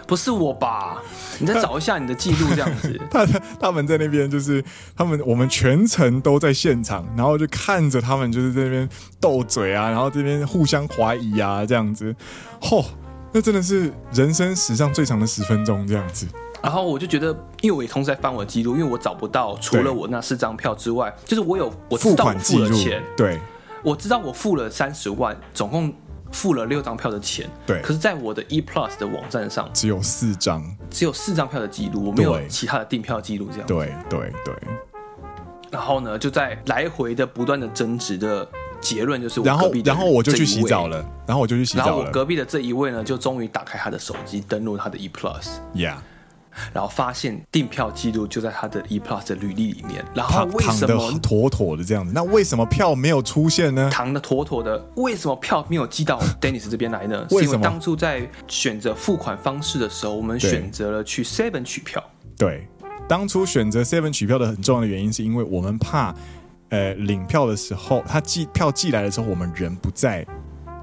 [SPEAKER 2] 不是我吧？你再找一下你的记录，这样 子
[SPEAKER 1] 他他们在那边就是他们我们全程都在现场，然后就看着他们就是在那边斗嘴啊，然后这边互相怀疑啊这样子，嚯、那真的是人生史上最长的十分钟这样子。
[SPEAKER 2] 然后我就觉得，因为我也同时在翻我的记录，因为我找不到除
[SPEAKER 1] 对
[SPEAKER 2] 了我那四张票之外，就是我有我知
[SPEAKER 1] 付
[SPEAKER 2] 道我
[SPEAKER 1] 款记
[SPEAKER 2] 付了
[SPEAKER 1] 录
[SPEAKER 2] 钱，，
[SPEAKER 1] 对
[SPEAKER 2] 我知道我付了三十万，总共付了六张票的钱，
[SPEAKER 1] 对
[SPEAKER 2] 可是在我的 E Plus 的网站上
[SPEAKER 1] 只有四张，
[SPEAKER 2] 只有四张票的记录，我没有
[SPEAKER 1] 对
[SPEAKER 2] 其他的订票记录，这样。
[SPEAKER 1] 对对对，
[SPEAKER 2] 然后呢，就在来回的不断的争执的结论就是我
[SPEAKER 1] 然
[SPEAKER 2] 隔
[SPEAKER 1] 后
[SPEAKER 2] 壁的
[SPEAKER 1] 然后我就
[SPEAKER 2] 这一
[SPEAKER 1] 去洗
[SPEAKER 2] 位
[SPEAKER 1] 澡了，然后我就去洗
[SPEAKER 2] 然后
[SPEAKER 1] 澡
[SPEAKER 2] 我
[SPEAKER 1] 了
[SPEAKER 2] 隔壁的这一位呢，就终于打开他的手机，登录他的 E Plus，
[SPEAKER 1] ，Yeah，
[SPEAKER 2] 然后发现订票记录就在他的 E Plus 的履历里面。然后
[SPEAKER 1] 躺
[SPEAKER 2] 为
[SPEAKER 1] 躺
[SPEAKER 2] 什
[SPEAKER 1] 的
[SPEAKER 2] 么
[SPEAKER 1] 妥妥的这样子，那为什么票没有出现呢？
[SPEAKER 2] 糖的妥妥的，为什么票没有寄到 Dennis 这边来呢？
[SPEAKER 1] 为什么
[SPEAKER 2] 是因为当初在选择付款方式的时候，我们
[SPEAKER 1] 对
[SPEAKER 2] 选择了去 Seven 取票。
[SPEAKER 1] 对，当初选择 Seven 取票的很重要的原因，是因为我们怕，呃，领票的时候，他寄票寄来的时候，我们人不在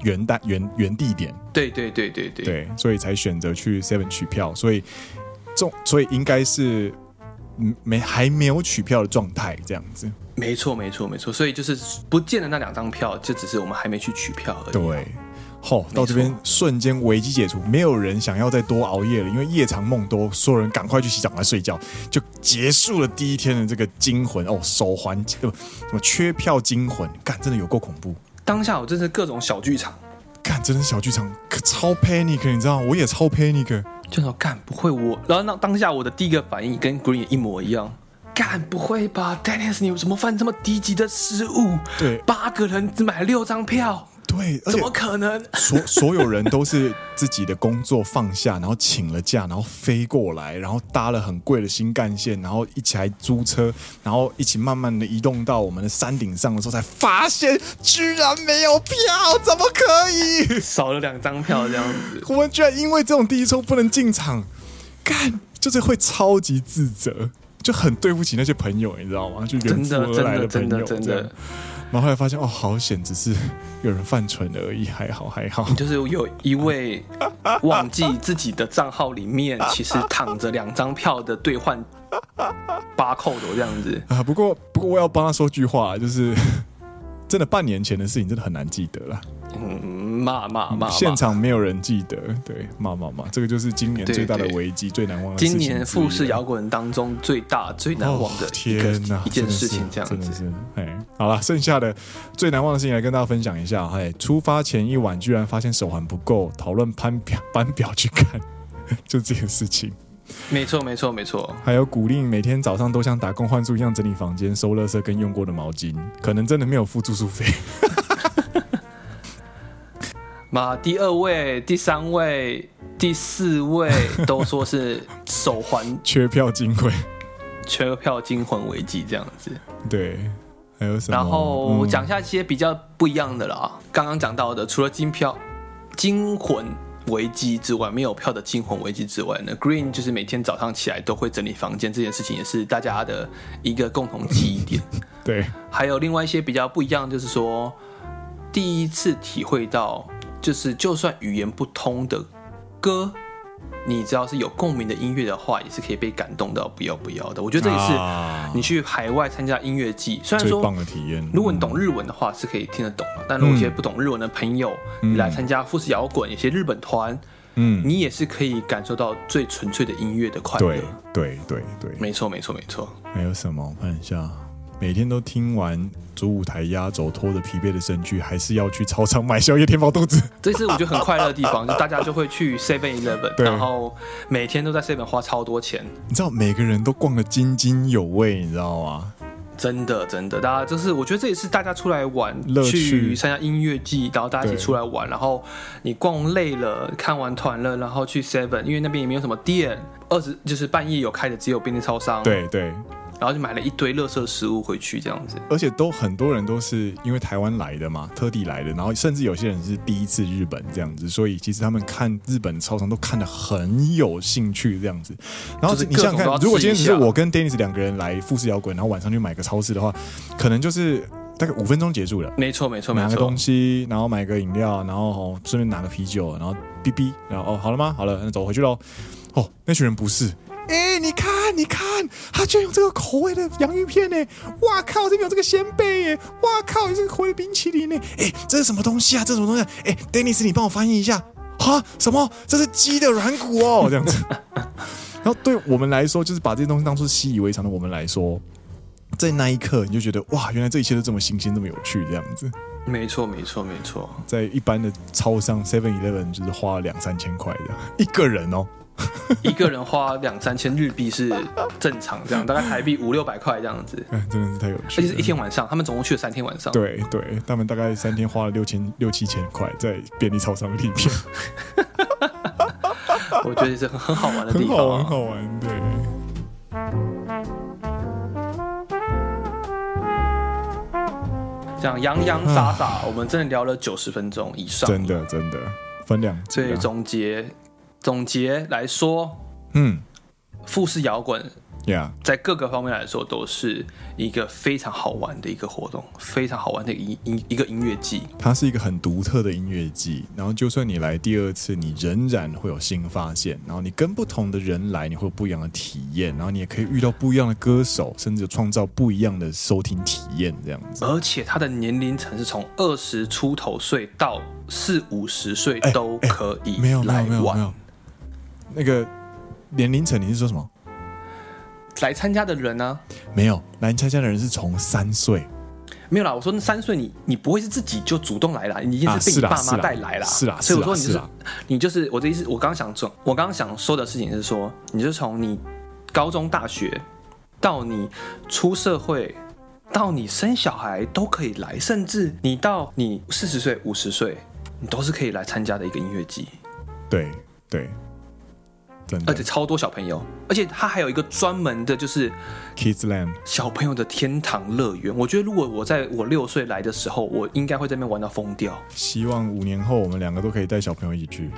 [SPEAKER 1] 原单原原地点，
[SPEAKER 2] 对对对对对，
[SPEAKER 1] 对，所以才选择去 Seven 取票，所以重，所以应该是嗯没还没有取票的状态这样子，
[SPEAKER 2] 没错没错没错。所以就是不见的那两张票，就只是我们还没去取票而已。
[SPEAKER 1] 对。吼、到这边
[SPEAKER 2] 啊没错
[SPEAKER 1] 瞬间危机解除，没有人想要再多熬夜了，因为夜长梦多，所有人赶快去洗澡，赶快睡觉，就结束了第一天的这个惊魂哦，手环呃什么缺票惊魂，干真的有够恐怖，
[SPEAKER 2] 当下我真是各种小剧场，
[SPEAKER 1] 干真的小剧场可超 panic，你知道吗，我也超 panic，
[SPEAKER 2] 就说干不会我，然后那当下我的第一个反应跟 Green 也一模一样，干不会吧，Dennis 你怎么犯这么低级的失误？
[SPEAKER 1] 对
[SPEAKER 2] 八个人只买六张票，
[SPEAKER 1] 对，而
[SPEAKER 2] 怎
[SPEAKER 1] 且
[SPEAKER 2] 么可能？
[SPEAKER 1] 所 所有人都是自己的工作放下，然后请了假，然后飞过来，然后搭了很贵的新干线，然后一起还租车，然后一起慢慢的移动到我们的山顶上的时候，才发现居然没有票，怎么可以？
[SPEAKER 2] 少了两张票这样子，
[SPEAKER 1] 我们居然因为这种第一周不能进场，干就是会超级自责。就很对不起那些朋友，你知道吗？就远
[SPEAKER 2] 真
[SPEAKER 1] 赴
[SPEAKER 2] 的
[SPEAKER 1] 而
[SPEAKER 2] 真
[SPEAKER 1] 来
[SPEAKER 2] 的
[SPEAKER 1] 朋
[SPEAKER 2] 真
[SPEAKER 1] 友
[SPEAKER 2] 的真
[SPEAKER 1] 这样
[SPEAKER 2] 的，
[SPEAKER 1] 然后后来发现，哦，好险，只是有人犯蠢而已，还好还好。
[SPEAKER 2] 就是有一位忘记自己的账号里面其实躺着两张票的兑换八扣的这样子，
[SPEAKER 1] 啊，不过不过我要帮他说句话，就是真的半年前的事情，真的很难记得啦。
[SPEAKER 2] 嗯，骂骂骂
[SPEAKER 1] 现
[SPEAKER 2] 骂。
[SPEAKER 1] 场没有人记得，对，骂骂骂，这个就是今年
[SPEAKER 2] 对
[SPEAKER 1] 最大的
[SPEAKER 2] 对
[SPEAKER 1] 危机，最难忘的事情
[SPEAKER 2] 今
[SPEAKER 1] 之一了。
[SPEAKER 2] 年富士摇滚当中最大、最难忘的
[SPEAKER 1] 哦
[SPEAKER 2] 一个、
[SPEAKER 1] 天哪
[SPEAKER 2] 一件事情，这
[SPEAKER 1] 真
[SPEAKER 2] 样
[SPEAKER 1] 的
[SPEAKER 2] 子。
[SPEAKER 1] 是，真的是哎，好了，剩下的最难忘的事情来跟大家分享一下。哎，出发前一晚居然发现手环不够，讨论班表班表去看， 就这件事情。
[SPEAKER 2] 没错，没错，没错。
[SPEAKER 1] 还有鼓励每天早上都像打工换宿一样整理房间、收垃圾跟用过的毛巾，可能真的没有付住宿费。
[SPEAKER 2] 嘛，第二位、第三位、第四位都说是手环
[SPEAKER 1] 缺票金贵。
[SPEAKER 2] 缺票惊魂危机这样子。
[SPEAKER 1] 对，还有什么？
[SPEAKER 2] 然后
[SPEAKER 1] 嗯
[SPEAKER 2] 讲一下一些比较不一样的啦。刚刚讲到的，除了金票、惊魂危机之外，没有票的惊魂危机之外呢，Green 就是每天早上起来都会整理房间这件事情，也是大家的一个共同记 忆点。
[SPEAKER 1] 对
[SPEAKER 2] 还有另外一些比较不一样，就是说第一次体会到，就是就算语言不通的歌，你只要是有共鸣的音乐的话，也是可以被感动到不要不要的。我觉得这也是
[SPEAKER 1] 啊
[SPEAKER 2] 你去海外参加音乐季，虽然
[SPEAKER 1] 最
[SPEAKER 2] 说
[SPEAKER 1] 棒的体验。
[SPEAKER 2] 如果你懂日文的话是可以听得懂的，但如果一些不懂日文的朋友，你来参加富士摇滚、一些日本团，
[SPEAKER 1] 嗯，嗯，
[SPEAKER 2] 你也是可以感受到最纯粹的音乐的快乐
[SPEAKER 1] 对。对对对，
[SPEAKER 2] 没错，没错，没错。
[SPEAKER 1] 还有什么？我看一下，每天都听完主舞台压轴，拖着疲惫的身躯，还是要去操场买宵夜填饱肚子。
[SPEAKER 2] 这是我觉得很快乐的地 方，就大家就会去 Seven
[SPEAKER 1] 对
[SPEAKER 2] Eleven，然后每天都在 Seven 花超多钱，
[SPEAKER 1] 你知道每个人都逛得津津有味，你知道吗？
[SPEAKER 2] 真的真的，大家就是我觉得这也是大家出来玩
[SPEAKER 1] 乐，趣
[SPEAKER 2] 去参加音乐季，然后大家一
[SPEAKER 1] 对
[SPEAKER 2] 起出来玩，然后你逛累了，看完团了，然后去 Seven，因为那边也没有什么店，二十就是半夜有开的只有便利超商，，
[SPEAKER 1] 对对，
[SPEAKER 2] 然后就买了一堆垃圾食物回去这样子。
[SPEAKER 1] 而且都很多人都是因为台湾来的嘛，特地来的，然后甚至有些人是第一次日本这样子，所以其实他们看日本超商都看得很有兴趣这样子。然后
[SPEAKER 2] 就是
[SPEAKER 1] 你想想
[SPEAKER 2] 各种
[SPEAKER 1] 看
[SPEAKER 2] 都要，吃
[SPEAKER 1] 如果今天只是
[SPEAKER 2] 一下
[SPEAKER 1] 我跟 Dennis 两个人来富士摇滚，然后晚上去买个超市的话，可能就是大概五分钟结束了。
[SPEAKER 2] 没错没错没
[SPEAKER 1] 拿个
[SPEAKER 2] 错
[SPEAKER 1] 东，西，然后买个饮料，然后哦顺便拿个啤酒，然后哔哔，然后哦好了吗？好了，那走回去喽。哦，那群人不是。哎、你看，你看，他居然有这个口味的洋芋片呢！哇靠，这边有这个鲜贝耶！哇靠，有这个口味的冰淇淋呢！哎、这是什么东西啊？这是什么东西、啊？哎、d e n n i s 你帮我翻译一下啊？什么？这是鸡的软骨哦，这样子。 然后对我们来说，就是把这些东西当做习以为常的我们来说，在那一刻你就觉得哇，原来这一切都这么新鲜，这么有趣，这样子。
[SPEAKER 2] 没错没错没错，
[SPEAKER 1] 在一般的超商 Seven Eleven 就是花了两三千块的 一个人哦，
[SPEAKER 2] 一个人花两三千日币是正常 这样，大概台币五六百块这样子，
[SPEAKER 1] 哎，真的是太有
[SPEAKER 2] 而
[SPEAKER 1] 趣
[SPEAKER 2] 且
[SPEAKER 1] 了。
[SPEAKER 2] 是一天晚上，他们总共去了三天晚上。
[SPEAKER 1] 对对，他们大概三天花了六千六七千块在便利超商 里面，
[SPEAKER 2] 我觉得是很很好玩的地
[SPEAKER 1] 很好玩，很
[SPEAKER 2] 方、啊。
[SPEAKER 1] 好玩。对，
[SPEAKER 2] 这样洋洋洒洒，我们真的聊了九十分钟以上。
[SPEAKER 1] 真。的真的分两
[SPEAKER 2] 所
[SPEAKER 1] 集
[SPEAKER 2] 以
[SPEAKER 1] 啊。
[SPEAKER 2] 总结总结来说，
[SPEAKER 1] 嗯
[SPEAKER 2] 富士摇滚
[SPEAKER 1] 呀
[SPEAKER 2] 在各个方面来说都是一个非常好玩的一个活动，非常好玩的一一一个音乐季。
[SPEAKER 1] 它是一个很独特的音乐季，然后就算你来第二次，你仍然会有新发现。然后你跟不同的人来，你会有不一样的体验，然后你也可以遇到不一样的歌手，甚至创造不一样的收听体验，这样子。
[SPEAKER 2] 而且它的年龄层是从二十出头岁到四五十岁
[SPEAKER 1] 哎
[SPEAKER 2] 都可以
[SPEAKER 1] 没有没有
[SPEAKER 2] 来
[SPEAKER 1] 没有没
[SPEAKER 2] 玩，
[SPEAKER 1] 有，那个年龄层你是说什么？
[SPEAKER 2] 来参加的人呢、
[SPEAKER 1] 没有，来参加的人是从三岁
[SPEAKER 2] 没有啦，我说那三岁你你不会是自己就主动来啦，你一
[SPEAKER 1] 啊
[SPEAKER 2] 定是被
[SPEAKER 1] 是
[SPEAKER 2] 你
[SPEAKER 1] 啦
[SPEAKER 2] 爸
[SPEAKER 1] 是
[SPEAKER 2] 妈
[SPEAKER 1] 啦
[SPEAKER 2] 带来啦。
[SPEAKER 1] 是啦
[SPEAKER 2] 所以我
[SPEAKER 1] 是啦
[SPEAKER 2] 说你就是是
[SPEAKER 1] 啦
[SPEAKER 2] 你就是我的意思，我刚刚想说，我刚刚想说的事情是说，你就从你高中、大学到你出社会。到你生小孩都可以来，甚至你到你四十岁、五十岁，你都是可以来参加的一个音乐季。
[SPEAKER 1] 对对，真的
[SPEAKER 2] 而且超多小朋友，而且它还有一个专门的，就是
[SPEAKER 1] Kids Land
[SPEAKER 2] 小朋友的天堂乐园。我觉得如果我在我六岁来的时候，我应该会在那边玩到疯掉。
[SPEAKER 1] 希望五年后我们两个都可以带小朋友一起去，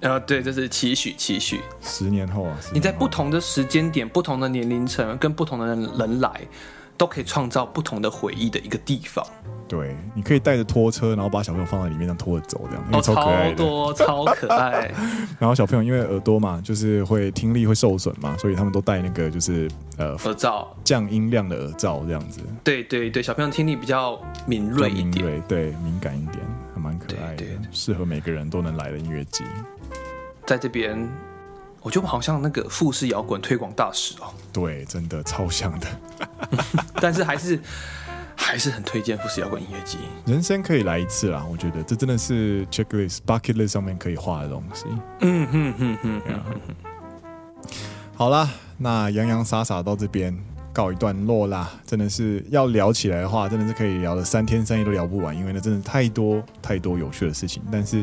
[SPEAKER 2] 呃，对，这是期许，期许。
[SPEAKER 1] 十年后啊，十
[SPEAKER 2] 你在
[SPEAKER 1] 年
[SPEAKER 2] 不
[SPEAKER 1] 后
[SPEAKER 2] 同的时间点、不同的年龄层跟不同的人来，都可以创造不同的回忆的一个地方。
[SPEAKER 1] 对，你可以带着拖车，然后把小朋友放在里面，让拖着走这样，因为
[SPEAKER 2] 哦，
[SPEAKER 1] 超可爱
[SPEAKER 2] 超
[SPEAKER 1] 的。
[SPEAKER 2] 多，超可 爱。
[SPEAKER 1] 然后小朋友因为耳朵嘛，就是会听力会受损嘛，所以他们都戴那个就是呃
[SPEAKER 2] 合照，
[SPEAKER 1] 降音量的耳罩这样子，
[SPEAKER 2] 对对对，小朋友听力比较敏
[SPEAKER 1] 比较
[SPEAKER 2] 锐一
[SPEAKER 1] 敏
[SPEAKER 2] 点。
[SPEAKER 1] 锐，对，敏感一点，还蛮可爱的
[SPEAKER 2] 对对，
[SPEAKER 1] 适合每个人都能来的音乐季。
[SPEAKER 2] 在这边，我觉得我们好像那个富士摇滚推广大使哦。
[SPEAKER 1] 对，真的超像的。
[SPEAKER 2] 但是还是还是很推荐富士摇滚音乐季。
[SPEAKER 1] 人生可以来一次啦，我觉得这真的是 checklist bucket list 上面可以画的东西。
[SPEAKER 2] 嗯哼哼哼哼，
[SPEAKER 1] 好啦，那洋洋洒洒到这边告一段落啦。真的是要聊起来的话，真的是可以聊的三天三夜都聊不完，因为呢真的太多太多有趣的事情。但是，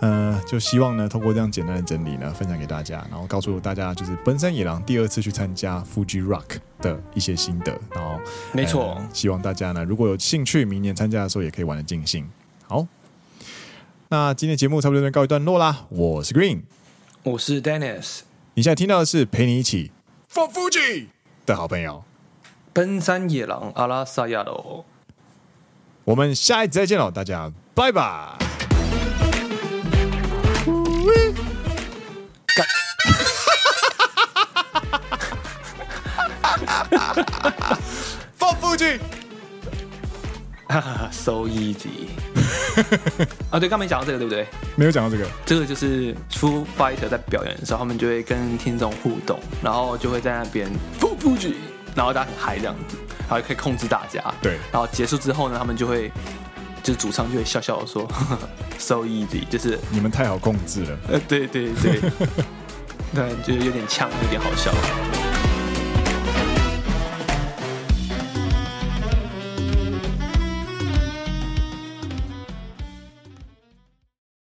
[SPEAKER 1] 呃，就希望呢透过这样简单的整理呢，分享给大家，然后告诉大家就是奔山野狼第二次去参加 Fuji Rock 的一些心得。然后，
[SPEAKER 2] 没错
[SPEAKER 1] 呃，希望大家呢如果有兴趣，明年参加的时候也可以玩得尽兴。好。那今天节目差不多就告一段落啦，我是 Green，
[SPEAKER 2] 我是 Dennis，
[SPEAKER 1] 你现在听到的是陪你一起放 Fuji 的好朋友。
[SPEAKER 2] 奔山野狼阿拉萨亚罗。
[SPEAKER 1] 我们下一集再见喽，大家拜拜。 放 Fuji，
[SPEAKER 2] 啊，so easy。啊，对，刚没讲到这个，对不对？
[SPEAKER 1] 没有讲到这个，
[SPEAKER 2] 这个就是 Foo Fighter 在表演的时候，他们就会跟听众互动，然后就会在那边 Foo Fuji，然后大家很嗨这样子。然后也可以控制大家。
[SPEAKER 1] 对
[SPEAKER 2] 然后结束之后呢，他们就会，就是主唱就会笑笑的说 ，so easy，就是，
[SPEAKER 1] 你们太好控制了。
[SPEAKER 2] 呃，对对对，对，就有点呛，有点好笑。